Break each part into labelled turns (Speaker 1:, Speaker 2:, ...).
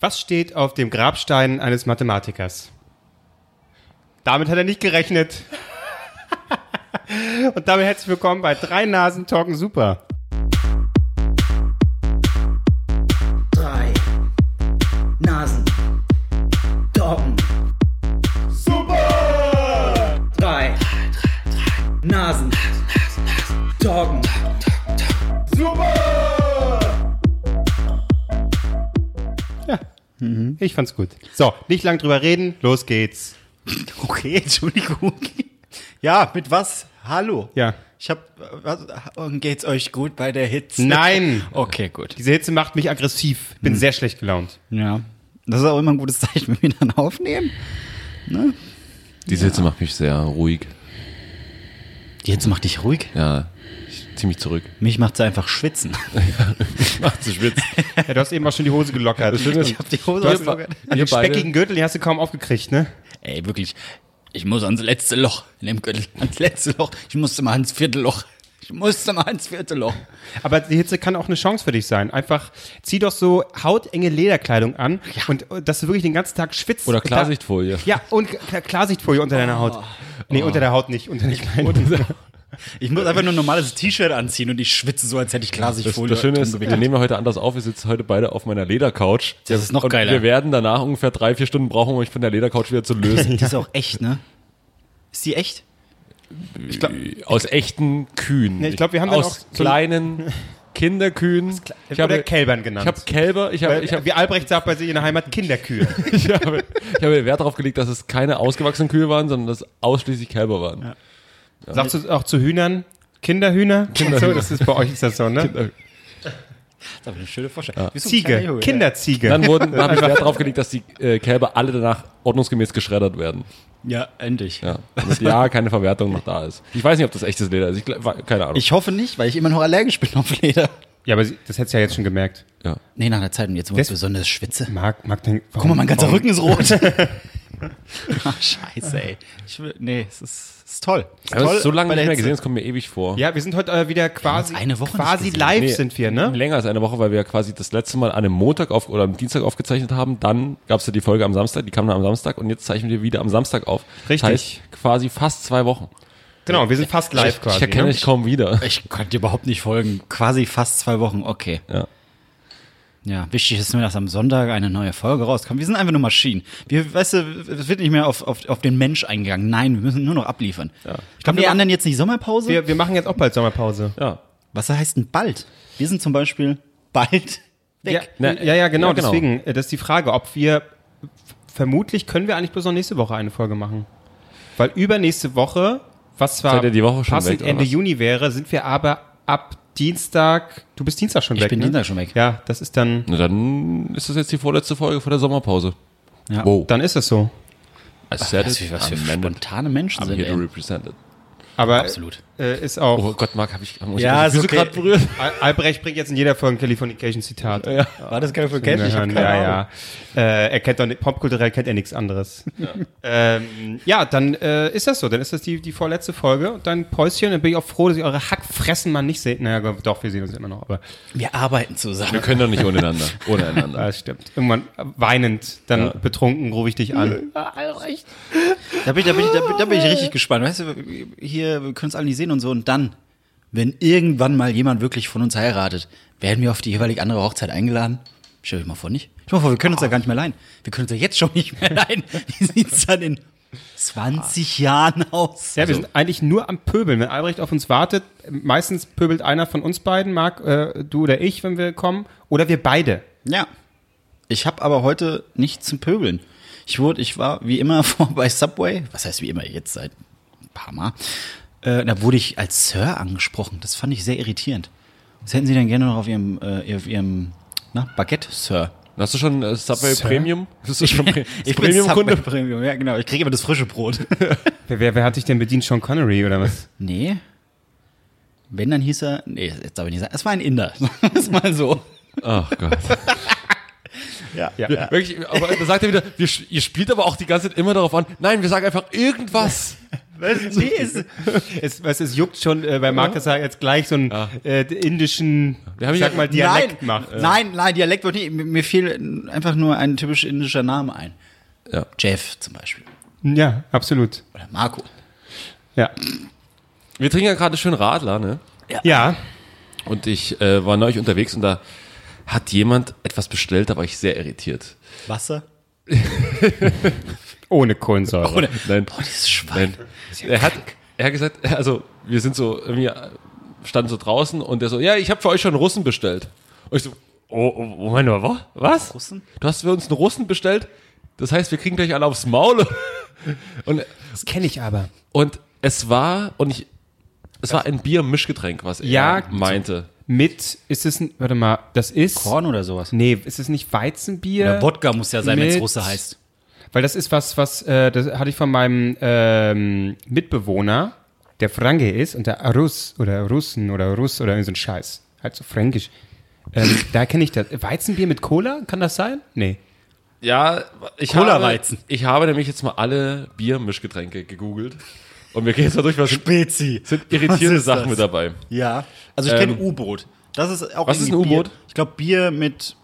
Speaker 1: Was steht auf dem Grabstein eines Mathematikers? Damit hat er nicht gerechnet. Und damit herzlich willkommen bei Drei Nasen Talken Super.
Speaker 2: drei Nasen Doggen Super drei Nasen Doggen
Speaker 3: Mhm.
Speaker 1: Ich fand's gut. So, nicht lang drüber reden, los geht's.
Speaker 3: Okay, Entschuldigung. Ja, mit was? Hallo.
Speaker 1: Ja.
Speaker 3: Ich hab, was, und geht's euch gut bei der Hitze?
Speaker 1: Nein.
Speaker 3: Okay, gut.
Speaker 1: Diese Hitze macht mich aggressiv.
Speaker 3: Mhm.
Speaker 1: Bin sehr schlecht gelaunt.
Speaker 3: Ja. Das ist auch immer ein gutes Zeichen, wenn wir dann aufnehmen.
Speaker 4: Die Sitze macht mich sehr ruhig.
Speaker 3: Die Hitze macht dich ruhig.
Speaker 4: Ja, ich zieh mich zurück.
Speaker 3: Mich macht's einfach schwitzen.
Speaker 4: Macht zu schwitz.
Speaker 1: Ja, du hast eben auch schon die Hose gelockert. Das
Speaker 3: Ich hab die Hose
Speaker 1: du hast
Speaker 3: aufgelockert.
Speaker 1: einen
Speaker 4: Ihr beide-
Speaker 1: speckigen Gürtel, den hast du kaum aufgekriegt, ne?
Speaker 3: Ey, wirklich. Ich muss ans letzte Loch in dem Gürtel. Ans letzte Loch. Ich musste mal ans vierte Loch. Ich musste mal ans vierte Loch.
Speaker 1: Aber die Hitze kann auch eine Chance für dich sein. Einfach zieh doch so hautenge Lederkleidung an und äh, dass du wirklich den ganzen Tag schwitzt.
Speaker 4: Oder
Speaker 1: Und da-
Speaker 4: Klarsichtfolie.
Speaker 1: Ja, und K- Klarsichtfolie unter deiner Haut. Nee, unter der Haut nicht, unter den Kleinen.
Speaker 3: Ich muss einfach nur ein normales T-Shirt anziehen und ich schwitze so, als hätte ich
Speaker 4: Das,
Speaker 3: Klarsichtfolie.
Speaker 4: das Schöne
Speaker 3: drin
Speaker 4: ist,
Speaker 3: bewegt.
Speaker 4: wir nehmen ja heute anders auf. Wir sitzen heute beide auf meiner Ledercouch.
Speaker 3: Das ist noch
Speaker 4: Und
Speaker 3: geiler.
Speaker 4: Wir werden danach ungefähr drei, vier Stunden brauchen, um mich von der Ledercouch wieder zu lösen.
Speaker 3: Das ist auch echt, ne? Ist die echt?
Speaker 4: Aus echten Kühen.
Speaker 1: Nee, ich glaub, wir haben dann auch
Speaker 4: Aus
Speaker 1: so-
Speaker 4: kleinen Kinderkühen.
Speaker 1: Ich habe Kälbern genannt.
Speaker 4: Ich habe Kälber. Ich habe
Speaker 1: Weil,
Speaker 4: ich hab,
Speaker 1: wie Albrecht sagt bei sich in der Heimat Kinderkühe.
Speaker 4: ich habe ich habe Wert darauf gelegt, dass es keine ausgewachsenen Kühe waren, sondern dass ausschließlich Kälber waren.
Speaker 1: Sagst du auch zu Hühnern? Kinderhühner? Kinderhühner. So, das ist bei euch ist das so, ne?
Speaker 3: Das ist eine schöne Vorstellung. Wie so ein kleiner
Speaker 1: Ziege,
Speaker 3: Junge.
Speaker 1: Kinderziege.
Speaker 4: Dann wurden, habe ich Wert darauf gelegt, dass die äh, Kälber alle danach ordnungsgemäß geschreddert werden.
Speaker 3: Ja, endlich.
Speaker 4: Ja, damit ja keine Verwertung noch da ist. Ich weiß nicht, ob das echtes Leder ist. Ich, gl- wa- keine Ahnung.
Speaker 3: Ich hoffe nicht, weil ich immer noch allergisch bin auf Leder.
Speaker 1: ja, aber sie- das hättest du ja jetzt schon gemerkt.
Speaker 4: ja.
Speaker 3: Nee, nach einer Zeit und jetzt wo
Speaker 1: Das-
Speaker 3: ich besonders schwitze.
Speaker 1: Marc, Marc, denk,
Speaker 3: Guck mal, mein ganzer
Speaker 1: warum-
Speaker 3: Rücken ist rot. Ach, scheiße, ey. Ich will, nee, es ist, es ist toll. Es
Speaker 4: Ich habe
Speaker 3: toll
Speaker 4: es so lange
Speaker 3: bei
Speaker 4: nicht
Speaker 3: der
Speaker 4: mehr
Speaker 3: Hitze.
Speaker 4: gesehen, es kommt mir ewig vor.
Speaker 1: Ja, wir sind heute äh, wieder quasi,
Speaker 3: Wir haben uns eine Woche nicht
Speaker 1: quasi
Speaker 3: gesehen.
Speaker 1: live
Speaker 4: Nee,
Speaker 1: sind wir, ne?
Speaker 4: Länger als eine Woche, weil wir ja quasi das letzte Mal an einem Montag auf, oder am Dienstag aufgezeichnet haben. Dann gab es ja die Folge am Samstag, die kam dann am Samstag und jetzt zeichnen wir wieder am Samstag auf.
Speaker 1: Richtig.
Speaker 4: Das heißt, quasi fast zwei Wochen.
Speaker 1: Genau, wir sind fast live quasi.
Speaker 4: ich erkenne
Speaker 1: ne?
Speaker 4: dich kaum wieder.
Speaker 3: Ich konnte dir überhaupt nicht folgen. Quasi fast zwei Wochen, okay.
Speaker 4: Ja.
Speaker 3: Ja, wichtig ist nur, dass am Sonntag eine neue Folge rauskommt. Wir sind einfach nur Maschinen. Wir, weißt du, es wird nicht mehr auf, auf, auf den Mensch eingegangen. Nein, wir müssen nur noch abliefern. Ich glaube,
Speaker 1: wir
Speaker 3: die
Speaker 1: machen-
Speaker 3: anderen jetzt nicht Sommerpause?
Speaker 1: Wir, wir machen jetzt auch bald Sommerpause.
Speaker 4: Ja.
Speaker 3: Was heißt denn bald? Wir sind zum Beispiel bald
Speaker 1: Ja,
Speaker 3: weg.
Speaker 1: ja,
Speaker 4: Na,
Speaker 1: ja, genau,
Speaker 4: ja, genau.
Speaker 1: deswegen, äh, das ist die Frage, ob wir, vermutlich können wir eigentlich bloß noch nächste Woche eine Folge machen. Weil übernächste Woche, was zwar
Speaker 4: Seid ihr die Woche schon
Speaker 1: passend
Speaker 4: weg, oder
Speaker 1: Ende
Speaker 4: was?
Speaker 1: Juni wäre, sind wir aber ab Dienstag, du bist Dienstag schon weg,
Speaker 3: bin
Speaker 1: ne?
Speaker 3: Dienstag schon weg.
Speaker 1: Ja, das ist dann,
Speaker 4: Na, dann ist das jetzt die vorletzte Folge vor der Sommerpause.
Speaker 3: Ja.
Speaker 4: Wow.
Speaker 1: dann ist es so.
Speaker 4: I said
Speaker 3: Was
Speaker 4: it,
Speaker 3: für, was für
Speaker 4: I'm amended,
Speaker 3: Also spontane Menschen
Speaker 4: I'm
Speaker 3: sind.
Speaker 4: here to
Speaker 3: Ey.
Speaker 4: represent it.
Speaker 1: Aber
Speaker 3: Absolut.
Speaker 1: Äh, ist auch,
Speaker 4: Oh Gott, Marc, habe ich, hab ich
Speaker 3: Ja,
Speaker 4: hab
Speaker 3: ist
Speaker 4: ich Füße
Speaker 3: okay.
Speaker 4: gerade berührt.
Speaker 1: Al Albrecht bringt jetzt in jeder Folge ein Californication Zitat. Ja,
Speaker 3: War das kein
Speaker 1: ja,
Speaker 3: Verkehr? Ich hab keine Ahnung.
Speaker 1: ja. Äh, er kennt doch, ni- popkulturell kennt er nichts anderes. Ja, ähm, ja dann äh, ist das so, dann ist das die, die vorletzte Folge und dann Päuschen, dann bin ich auch froh, dass ich eure Hackfressen mal nicht sehe. Naja, Gott, doch, wir sehen uns immer noch, aber
Speaker 3: Wir arbeiten
Speaker 4: Wir
Speaker 3: zusammen.
Speaker 4: können doch nicht ohne einander. Ohne einander.
Speaker 1: ah, es stimmt. Irgendwann äh, weinend, dann betrunken rufe ich dich an.
Speaker 3: Da bin, ich, da, bin ich, da, bin, da bin ich richtig gespannt. Weißt du, hier, wir können es alle nicht sehen und so. Und dann, wenn irgendwann mal jemand wirklich von uns heiratet, werden wir auf die jeweilig andere Hochzeit eingeladen? Stell dir mal vor, nicht? Stell dir mal vor, wir können uns da gar nicht mehr leihen. Wir können uns ja jetzt schon nicht mehr leihen. Wie sieht's dann in 20 Jahren aus?
Speaker 1: Ja, wir sind eigentlich nur am Pöbeln. Wenn Albrecht auf uns wartet, meistens pöbelt einer von uns beiden, Marc, äh, du oder ich, wenn wir kommen, oder wir beide.
Speaker 3: Ja. Ich habe aber heute nichts zum Pöbeln. Ich wurde, ich war wie immer vor bei Subway, was heißt wie immer jetzt seit ein paar Mal, äh, da wurde ich als Sir angesprochen. Das fand ich sehr irritierend. Was hätten Sie denn gerne noch auf Ihrem, äh, auf Ihrem na, Baguette, Sir?
Speaker 4: Hast du schon äh, Subway
Speaker 1: Sir?
Speaker 4: Premium? Hast du schon Pre das
Speaker 3: bin Subway
Speaker 4: Premium-Kunde?
Speaker 3: Premium, ja genau. Ich kriege immer das frische Brot.
Speaker 1: Wer, wer, wer hat dich denn bedient? Sean Connery oder was?
Speaker 3: nee. Wenn, dann hieß er, nee, jetzt darf ich nicht sagen, es war ein Inder. Das mal so.
Speaker 4: Ach Gott.
Speaker 3: Ja,
Speaker 1: ja.
Speaker 4: Wirklich, aber da sagt er wieder, wir, sch- ihr spielt aber auch die ganze Zeit immer darauf an. Nein, wir sagen einfach irgendwas.
Speaker 3: Was? Wie ist
Speaker 1: Es, es, es juckt schon, äh, weil Markus ja. jetzt gleich so einen äh, indischen,
Speaker 4: Wir haben
Speaker 1: ich
Speaker 4: ja-
Speaker 1: sag mal, Dialekt
Speaker 3: nein,
Speaker 1: macht.
Speaker 3: Nein, nein, Dialekt wird nicht. Mir mir fiel einfach nur ein typisch indischer Name ein.
Speaker 4: Ja.
Speaker 3: Jeff zum Beispiel.
Speaker 1: Äh, Ja, absolut.
Speaker 3: Oder Marco.
Speaker 1: Ja.
Speaker 4: Wir trinken ja gerade schön Radler, ne?
Speaker 1: Ja.
Speaker 4: Und ich äh, war neulich unterwegs und da hat jemand etwas bestellt, da war ich sehr irritiert.
Speaker 3: Wasser?
Speaker 1: Ohne Kohlensäure.
Speaker 4: Ohne- Nein.
Speaker 3: Dieses Schwein.
Speaker 4: Nein.
Speaker 1: Oh,
Speaker 4: Er hat, er hat gesagt, also wir sind so, wir standen so draußen und der so, ja, ich habe für euch schon einen Russen bestellt. Und ich so, oh, oh, Moment mal, wa- was?
Speaker 3: Russen?
Speaker 4: Du hast für uns einen Russen bestellt? Das heißt, wir kriegen gleich alle aufs Maul. Und,
Speaker 1: Das kenne ich aber.
Speaker 4: und es war, und ich, es war ein Bier-Mischgetränk, was er
Speaker 1: Ja,
Speaker 4: meinte.
Speaker 1: Mit, ist es, ein- warte mal, das ist,
Speaker 3: Korn oder sowas.
Speaker 1: nee, ist es nicht Weizenbier?
Speaker 3: Oder Wodka muss ja sein, wenn es
Speaker 1: Mit-
Speaker 3: Russe heißt.
Speaker 1: Weil das ist was, was, äh, das hatte ich von meinem ähm, Mitbewohner, der Franke ist und der Russ oder Russen oder Russ oder irgend so ein Scheiß. Halt so fränkisch. Ähm, da kenne ich das. Weizenbier mit Cola, kann das sein? Nee.
Speaker 4: Ja, ich habe,
Speaker 3: Cola-Weizen.
Speaker 4: ich habe nämlich jetzt mal alle Bier-Mischgetränke gegoogelt. Und wir gehen jetzt mal durch, was sind,
Speaker 3: Spezi.
Speaker 4: sind irritierende Sachen mit dabei.
Speaker 3: Ja. Also ich kenne
Speaker 4: Ähm,
Speaker 3: U-Boot. Das ist auch
Speaker 4: was ist
Speaker 3: irgendwie
Speaker 4: ein U-Boot?
Speaker 3: Bier. Ich glaube Bier mit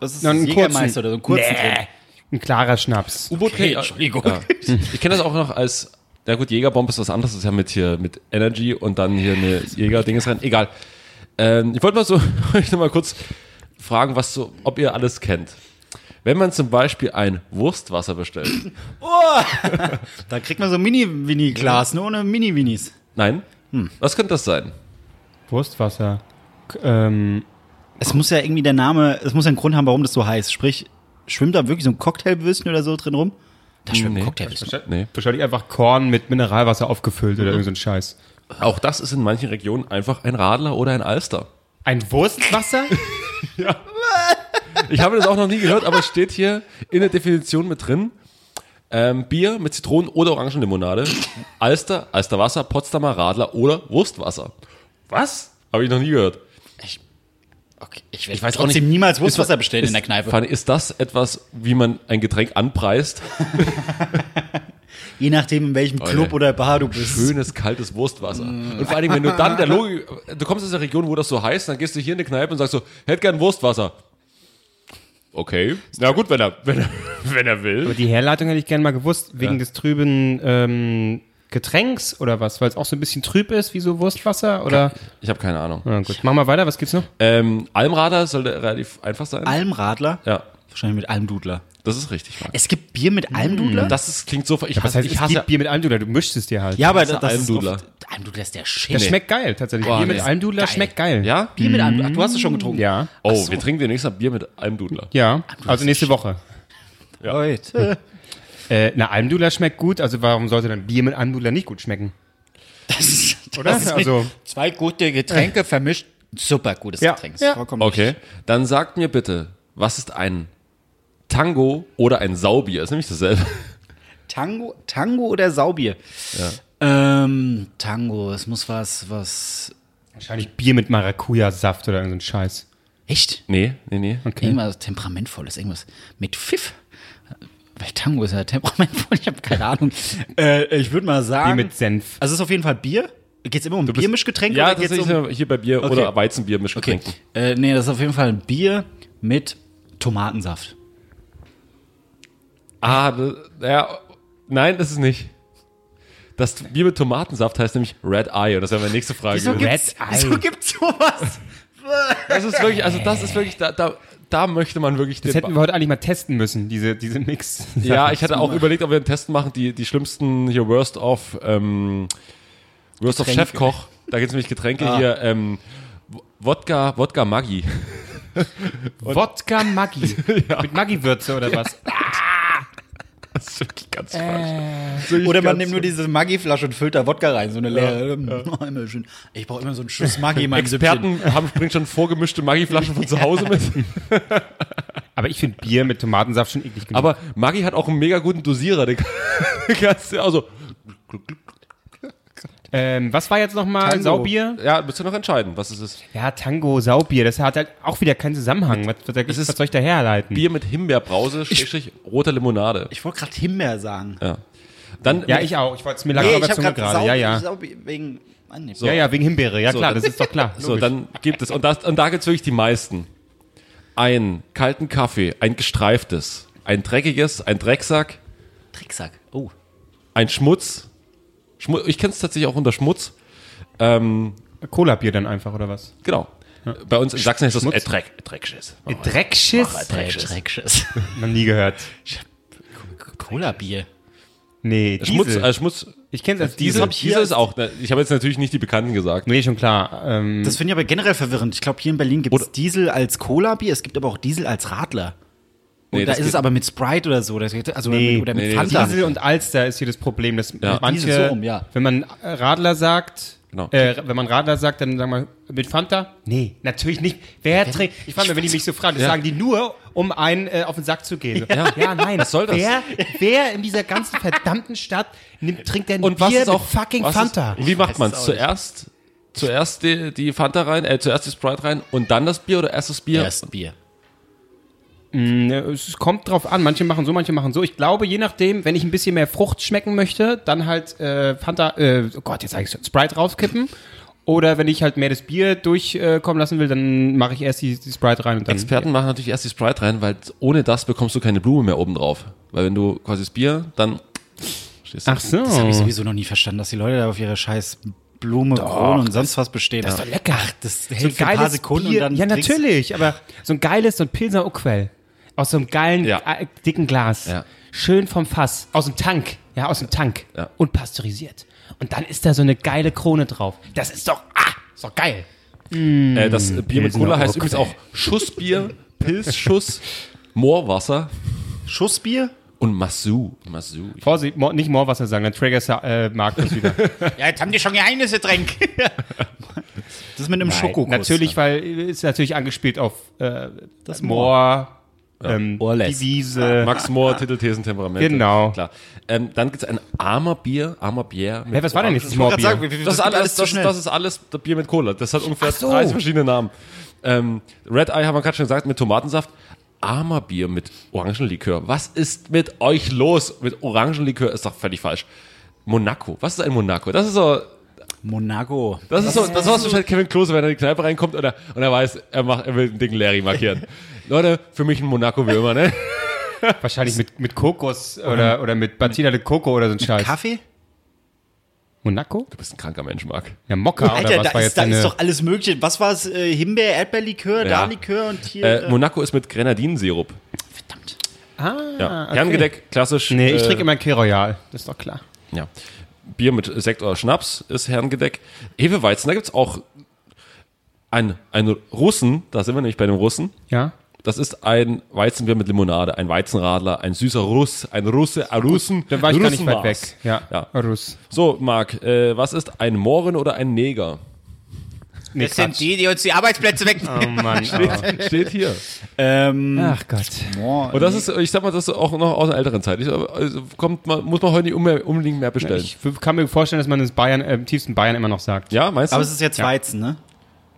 Speaker 3: was ist
Speaker 1: Ja,
Speaker 3: das?
Speaker 1: einen kurzen.
Speaker 3: Jägermeister oder so einen kurzen
Speaker 1: Nee.
Speaker 3: drin.
Speaker 1: Ein klarer Schnaps.
Speaker 4: U-Boot
Speaker 3: Okay,
Speaker 4: kenn ich-
Speaker 3: Entschuldigung.
Speaker 4: Ja. Ich kenne das auch noch als, na gut, Jägerbomb ist was anderes, das ist ja mit hier, mit Energy und dann hier eine Jäger-Dinges rein, egal. Ähm, ich wollte mal so, euch noch mal kurz fragen, was so, ob ihr alles kennt. Wenn man zum Beispiel ein Wurstwasser bestellt,
Speaker 3: Oh! Da kriegt man so ein Mini-Winnie-Glas, nur ohne Mini-Winnies.
Speaker 4: nein, was könnte das sein?
Speaker 1: Wurstwasser. K- Ähm,
Speaker 3: Es muss ja irgendwie der Name, es muss ja einen Grund haben, warum das so heißt. Sprich, schwimmt da wirklich so ein Cocktailwürstchen oder so drin rum? Da schwimmt
Speaker 4: Nee.
Speaker 3: ein Cocktailwürstchen.
Speaker 4: Nee.
Speaker 1: wahrscheinlich einfach Korn mit Mineralwasser aufgefüllt oder irgend so ein Scheiß.
Speaker 4: Auch das ist in manchen Regionen einfach ein Radler oder ein Alster.
Speaker 1: Ein Wurstwasser?
Speaker 4: Ich habe das auch noch nie gehört, aber es steht hier in der Definition mit drin. Ähm, Bier mit Zitronen- oder Orangenlimonade, Alster, Alsterwasser, Potsdamer Radler oder Wurstwasser. Was? Habe ich noch nie gehört.
Speaker 3: Okay, ich werde trotzdem niemals Wurstwasser bestellen in der Kneipe.
Speaker 4: Fanny, ist das etwas, wie man ein Getränk anpreist?
Speaker 3: Je nachdem, in welchem
Speaker 4: Alter.
Speaker 3: Club oder Bar du bist.
Speaker 4: Schönes, kaltes Wurstwasser. Und vor allen Dingen, wenn du dann der Logik, du kommst aus der Region, wo das so heißt, dann gehst du hier in eine Kneipe und sagst so, hätte gern Wurstwasser. Okay. Na gut, wenn er, wenn er, wenn er will.
Speaker 1: Aber die Herleitung hätte ich gerne mal gewusst, wegen
Speaker 4: Ja.
Speaker 1: des trüben ähm, Getränks oder was, weil es auch so ein bisschen trüb ist, wie so Wurstwasser oder.
Speaker 4: Ich habe keine Ahnung.
Speaker 1: Na gut, machen wir weiter, was gibt's noch?
Speaker 4: Ähm, Almradler sollte relativ einfach sein.
Speaker 3: Almradler?
Speaker 4: ja,
Speaker 3: Wahrscheinlich mit Almdudler.
Speaker 4: das ist richtig, Marc.
Speaker 3: Es gibt Bier mit Almdudler?
Speaker 4: Das ist, klingt so. Ich hasse,
Speaker 1: Was heißt,
Speaker 4: ich hasse
Speaker 1: Bier mit Almdudler, du mischst es dir halt.
Speaker 3: ja, aber
Speaker 4: das ist
Speaker 3: das, das ist
Speaker 4: Almdudler.
Speaker 3: oft- Almdudler ist der Shit.
Speaker 1: Das schmeckt geil, tatsächlich. Bier
Speaker 4: nee,
Speaker 1: mit
Speaker 4: ist
Speaker 1: Almdudler
Speaker 3: geil.
Speaker 1: schmeckt geil.
Speaker 4: Ja?
Speaker 3: Bier mit Almdudler. Ach, du hast es schon getrunken.
Speaker 1: Ja.
Speaker 4: Oh, wir trinken demnächst ein Bier mit Almdudler.
Speaker 1: Ja, also nächste Woche.
Speaker 3: Leute.
Speaker 1: Äh, na, Almdudler schmeckt gut, also warum sollte dann Bier mit Almdudler nicht gut schmecken?
Speaker 3: Das ist,
Speaker 1: Oder?
Speaker 3: Das ist
Speaker 1: Also-
Speaker 3: zwei gute Getränke vermischt. Super gutes
Speaker 1: Ja,
Speaker 3: Getränk.
Speaker 1: ja.
Speaker 3: Vollkommen
Speaker 4: Okay, dann sagt mir bitte, was ist ein Tango oder ein Saubier? Ist nämlich dasselbe.
Speaker 3: Tango, Tango oder Saubier? Ähm, Tango, es muss was, was.
Speaker 1: Wahrscheinlich Bier mit Maracuja-Saft oder irgendein Scheiß.
Speaker 3: Echt?
Speaker 4: Nee, nee, nee.
Speaker 3: Irgendwas temperamentvolles, irgendwas mit Pfiff. Weil Tango ist ja temperamentvoll, ich habe keine Ahnung. äh, ich würde mal sagen.
Speaker 1: Bier mit Senf.
Speaker 3: also es ist auf jeden Fall Bier. Geht's immer um Biermischgetränke
Speaker 4: Ja,
Speaker 3: oder geht's
Speaker 4: tatsächlich
Speaker 3: um.
Speaker 4: hier bei Bier
Speaker 3: Okay.
Speaker 4: oder Weizenbier mischt
Speaker 3: Okay.
Speaker 4: getränken.
Speaker 3: Äh, nee, das ist auf jeden Fall ein Bier mit Tomatensaft.
Speaker 4: Ah, das, ja, nein, das ist nicht. Das Bier mit Tomatensaft heißt nämlich Red Eye und das wäre meine nächste Frage. gewesen.
Speaker 1: gibt's- wieso
Speaker 3: gibt's sowas?
Speaker 4: Das ist wirklich, also das ist wirklich, da, da, da möchte man wirklich
Speaker 1: Das hätten wir heute eigentlich mal testen müssen, diese, diese Mix.
Speaker 4: Ja, ich hatte auch überlegt, ob wir einen Test machen, die, die schlimmsten hier Worst of ähm, Worst of
Speaker 3: Getränke.
Speaker 4: Chefkoch. Da gibt's nämlich Getränke hier, ähm, W- Wodka, Wodka Maggi.
Speaker 1: Wodka Maggi. Mit Maggi-Würze oder was?
Speaker 4: Das ist wirklich ganz falsch.
Speaker 3: Oder man nimmt nur diese Maggi-Flasche und füllt da Wodka rein, so eine leere. Oh, immer schön. Ich brauche immer so einen Schuss Maggi in meinem Süppchen.
Speaker 4: Experten haben, bringen schon vorgemischte Maggi-Flaschen von zu Hause mit.
Speaker 1: Aber ich finde Bier mit Tomatensaft schon eklig genug.
Speaker 4: Aber Maggi hat auch einen mega guten Dosierer. Den kannst du, also,
Speaker 1: ähm, was war jetzt nochmal?
Speaker 3: Tango.
Speaker 1: Saubier?
Speaker 4: ja, müsst ihr noch entscheiden, was es ist.
Speaker 1: Ja, Tango, Saubier, das hat halt auch wieder keinen Zusammenhang. Was, was, was
Speaker 4: ist
Speaker 1: soll ich da herleiten?
Speaker 4: Bier mit Himbeerbrause, Schrägstrich, roter Limonade.
Speaker 3: Ich wollte gerade Himbeer sagen.
Speaker 4: Ja. Dann
Speaker 1: Ja, ich auch. Ich wollte es mir lange nee, aber Zunge gerade. Ja, ja.
Speaker 3: wegen. Mann, nee.
Speaker 1: Ja, ja, wegen Himbeere. Ja,
Speaker 4: So,
Speaker 1: klar,
Speaker 4: dann-
Speaker 1: das ist doch klar.
Speaker 4: So, dann gibt es, und, das, und da gibt es wirklich die meisten. Einen kalten Kaffee, ein gestreiftes, ein dreckiges, ein Drecksack,
Speaker 3: Tricksack. Oh.
Speaker 4: ein Schmutz. Schmu ich kenne es tatsächlich auch unter Schmutz.
Speaker 1: Cola-Bier dann einfach, oder was?
Speaker 4: Genau. Bei uns in Sachsen heißt das
Speaker 1: Schmutz?
Speaker 4: äh, Dreck, Dreckschiss.
Speaker 1: Dreckschiss?
Speaker 3: Dreckschiss.
Speaker 1: Noch nie gehört.
Speaker 3: Cola-Bier.
Speaker 1: Nee,
Speaker 4: Schmutz,
Speaker 1: Diesel.
Speaker 4: äh, Schmutz.
Speaker 1: ich kenne es als
Speaker 4: Diesel,
Speaker 1: Diesel.
Speaker 4: Diesel, ist auch, ne, ich habe jetzt natürlich nicht die Bekannten gesagt.
Speaker 1: Nee, schon klar.
Speaker 4: Mhm.
Speaker 1: Ähm,
Speaker 3: Das finde ich aber generell verwirrend. Ich glaube, hier in Berlin gibt es Diesel als Cola-Bier, es gibt aber auch Diesel als Radler. Und
Speaker 4: Nee,
Speaker 3: da
Speaker 4: das
Speaker 3: ist es
Speaker 4: gibt-
Speaker 3: aber mit Sprite oder so. Oder, also
Speaker 1: Nee.
Speaker 3: mit, oder mit
Speaker 4: Nee, nee,
Speaker 3: Fanta.
Speaker 1: Diesel und Alster ist hier das Problem, dass
Speaker 4: Ja.
Speaker 1: manche,
Speaker 3: Diesel, so rum, ja.
Speaker 1: wenn man Radler sagt,
Speaker 4: Genau.
Speaker 1: äh, wenn man Radler sagt, dann sagen wir mit Fanta? Nee, natürlich nicht. Wer trinkt? Ich frage mich, wenn die mich so fragen, das
Speaker 4: Ja.
Speaker 1: sagen die nur, um einen äh, auf den Sack zu gehen. So,
Speaker 4: Ja.
Speaker 1: nein.
Speaker 4: Was soll das?
Speaker 1: Wer, wer in dieser ganzen verdammten Stadt nimmt, trinkt denn
Speaker 4: Und was
Speaker 1: Bier
Speaker 4: ist auch
Speaker 1: mit fucking
Speaker 4: was
Speaker 1: Fanta?
Speaker 4: Ist, wie macht
Speaker 3: weiß
Speaker 4: man
Speaker 3: es
Speaker 4: es?
Speaker 3: auch
Speaker 4: Zuerst, zuerst die, die Fanta rein, äh, zuerst die Sprite rein und dann das Bier oder erst das Bier?
Speaker 3: Erst Bier.
Speaker 1: Ja, Es kommt drauf an. Manche machen so, manche machen so. Ich glaube, je nachdem, wenn ich ein bisschen mehr Frucht schmecken möchte, dann halt äh, Fanta, äh, oh Gott, jetzt sage ich schon, Sprite rauskippen. Oder wenn ich halt mehr das Bier durchkommen äh, kommen lassen will, dann mache ich erst die, die Sprite rein und dann.
Speaker 4: Experten machen natürlich erst die Sprite rein, weil ohne das bekommst du keine Blume mehr oben drauf. Weil wenn du quasi das Bier, dann stehst du.
Speaker 1: Ach so.
Speaker 3: Das habe ich
Speaker 4: Oh.
Speaker 3: sowieso noch nie verstanden, dass die Leute da auf ihre scheiß Blume, Krone und sonst was bestehen. Das ist doch lecker. das hält
Speaker 1: so ein
Speaker 3: für ein
Speaker 1: geiles
Speaker 3: paar Sekunden
Speaker 1: Bier.
Speaker 3: und dann
Speaker 1: Ja,
Speaker 3: trinkst-
Speaker 1: natürlich, aber so ein geiles, so ein Pilsner Uquell. Aus so einem geilen,
Speaker 4: Ja.
Speaker 1: äh, dicken Glas.
Speaker 4: Ja.
Speaker 1: Schön vom Fass. Aus dem Tank. Ja, aus dem Tank.
Speaker 4: Ja.
Speaker 1: Und pasteurisiert. Und dann ist da so eine geile Krone drauf. Das ist doch, ah, ist doch geil. Mhm.
Speaker 4: Äh, das Bier mit
Speaker 1: Pilsner
Speaker 4: Cola heißt
Speaker 1: Urquell.
Speaker 4: übrigens auch Schussbier, Pilzschuss, Moorwasser
Speaker 3: Schussbier?
Speaker 4: und Masu. Masu. Ich-
Speaker 1: Vorsicht, Mo nicht Moorwasser sagen, dann triggerst du äh, Marc das wieder.
Speaker 3: Ja, jetzt haben die schon Geheimnisse, Tränk. das ist mit einem Schokokuss.
Speaker 1: natürlich, weil äh, ist natürlich angespielt auf äh, das Moor, ähm,
Speaker 3: Ohrläs.
Speaker 1: die Wiese.
Speaker 4: Max Moor, Titelthesen, Temperament.
Speaker 1: Genau.
Speaker 4: Klar. Ähm, dann gibt es ein armer Bier, armer Bier. mit
Speaker 1: Hä, was war denn
Speaker 4: Orangen-
Speaker 1: jetzt das Moorbier?
Speaker 4: Das, ist alles, das, das ist alles das Bier mit Cola. Das hat ungefähr 30 verschiedene Namen. Ähm, Red Eye haben wir gerade schon gesagt, mit Tomatensaft. Armer Bier mit Orangenlikör. Was ist mit euch los? Mit Orangenlikör ist doch völlig falsch. Monaco. Was ist ein Monaco? Das ist so,
Speaker 3: Monaco.
Speaker 4: das ist so, das ist was wahrscheinlich Kevin Klose, wenn er in die Kneipe reinkommt und er, und er weiß, er macht, er will den dicken Larry markieren. Leute, für mich ein Monaco-Würmer, ne?
Speaker 1: Wahrscheinlich mit, mit Kokos
Speaker 3: Mhm.
Speaker 1: oder, oder mit Batida de Coco oder so ein Scheiß.
Speaker 3: Kaffee?
Speaker 1: Monaco?
Speaker 4: Du bist ein kranker Mensch, Marc.
Speaker 1: Ja, Mokka oder
Speaker 3: Alter,
Speaker 1: was
Speaker 3: da
Speaker 1: war
Speaker 3: ist,
Speaker 1: jetzt
Speaker 3: da ist
Speaker 1: deine-
Speaker 3: doch alles Mögliche. Was war es? Äh, Himbeer, Erdbeerlikör,
Speaker 4: Ja.
Speaker 3: da Likör und hier.
Speaker 4: Äh, Monaco ist mit Grenadinensirup.
Speaker 3: verdammt.
Speaker 4: Ja. Kerngedeck, klassisch.
Speaker 1: Ah, Nee, ich
Speaker 4: äh,
Speaker 1: trinke immer Key Royal. Das ist doch klar.
Speaker 4: Ja. Bier mit Sekt oder Schnaps ist Herrengedeck. Hefeweizen, da gibt's auch einen, einen Russen, da sind wir nämlich bei dem Russen.
Speaker 1: Ja?
Speaker 4: Das ist ein Weizenbier mit Limonade, ein Weizenradler, ein süßer Russ, ein Russe, ein Russen.
Speaker 1: Dann war ich gar nicht weit
Speaker 4: Russenmaß.
Speaker 1: weg. Ja.
Speaker 4: Ja.
Speaker 1: Russ.
Speaker 4: So, Marc, äh, was ist ein Mohren oder ein Neger?
Speaker 1: Nee, Quatsch.
Speaker 3: die uns die Arbeitsplätze
Speaker 1: Oh
Speaker 3: wegnehmen.
Speaker 1: Mann. oh.
Speaker 4: Steht hier.
Speaker 3: ähm,
Speaker 1: Ach Gott.
Speaker 4: Und das ist, ich sag mal, das ist auch noch aus einer älteren Zeit. Ich, also kommt man, muss man heute nicht unbe- unbedingt mehr bestellen.
Speaker 1: Ich kann mir vorstellen, dass man das Bayern, äh, im tiefsten Bayern immer noch sagt.
Speaker 4: ja, meinst du?
Speaker 3: aber es ist jetzt Weizen, ne?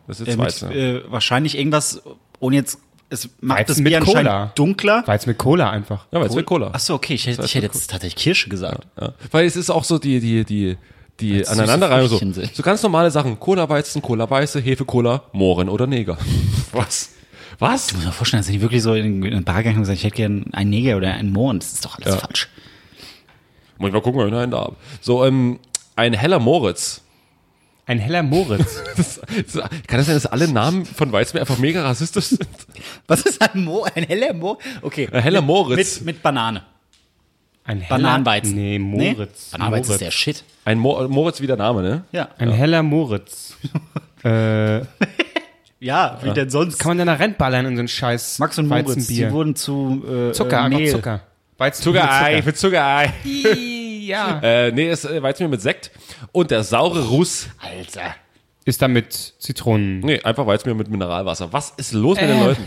Speaker 4: das ist
Speaker 3: Äh,
Speaker 4: jetzt
Speaker 3: mit,
Speaker 4: Weizen.
Speaker 3: äh, wahrscheinlich irgendwas, ohne jetzt. Es macht
Speaker 1: Weizen
Speaker 3: das
Speaker 1: mit
Speaker 3: Bier
Speaker 1: Cola.
Speaker 3: anscheinend dunkler.
Speaker 1: Weil es mit Cola einfach.
Speaker 4: ja, Weizen mit Cola.
Speaker 3: Achso, okay, ich hätte, ich hätte jetzt tatsächlich Kirsche gesagt.
Speaker 4: Ja. Weil es ist auch so die, die, die, die
Speaker 3: süße
Speaker 4: Aneinanderreihung. So.
Speaker 3: Früchtchen sind.
Speaker 4: so ganz normale Sachen. Cola-Weizen, Cola-Weiße, Hefe-Cola, Mohren oder Neger. Was? Was?
Speaker 3: Ich muss mir vorstellen, dass die wirklich so in den Bar gegangen und gesagt, ich hätte gerne einen Neger oder einen Mohren. Das ist doch alles falsch.
Speaker 4: Muss ich mal gucken, ob ich noch einen da habe. So, ähm, ein heller Moritz.
Speaker 1: Ein heller Moritz.
Speaker 4: Das, das, kann das sein, dass alle Namen von Weizen einfach mega rassistisch sind?
Speaker 3: Was ist ein Mo? Ein heller Mo? Okay.
Speaker 4: Ein heller Moritz.
Speaker 3: Mit, mit Banane.
Speaker 1: Ein heller,
Speaker 3: Bananenweizen.
Speaker 1: Nee, Moritz. Moritz.
Speaker 3: Bananenweizen ist der Shit.
Speaker 4: Ein Mo Moritz wie der Name, ne?
Speaker 3: Ja.
Speaker 1: Ein heller Moritz. äh,
Speaker 3: Ja, wie denn sonst?
Speaker 1: kann man danach rennballern in so ein scheiß
Speaker 3: Max und Moritz, die
Speaker 1: Weizenbier?
Speaker 3: wurden zu äh,
Speaker 1: Zucker,
Speaker 3: äh,
Speaker 1: einfach
Speaker 3: Mehl.
Speaker 1: Zucker. Weizen
Speaker 4: Zuckerei, für Zuckerei.
Speaker 1: Ii, ja.
Speaker 4: Äh, nee, ist äh, Weizenbier mit Sekt. Und der saure Russ.
Speaker 3: Alter.
Speaker 1: Ist dann mit Zitronen.
Speaker 4: Nee, einfach Weizenbier mit Mineralwasser. Was ist los mit
Speaker 1: Äh.
Speaker 4: den Leuten?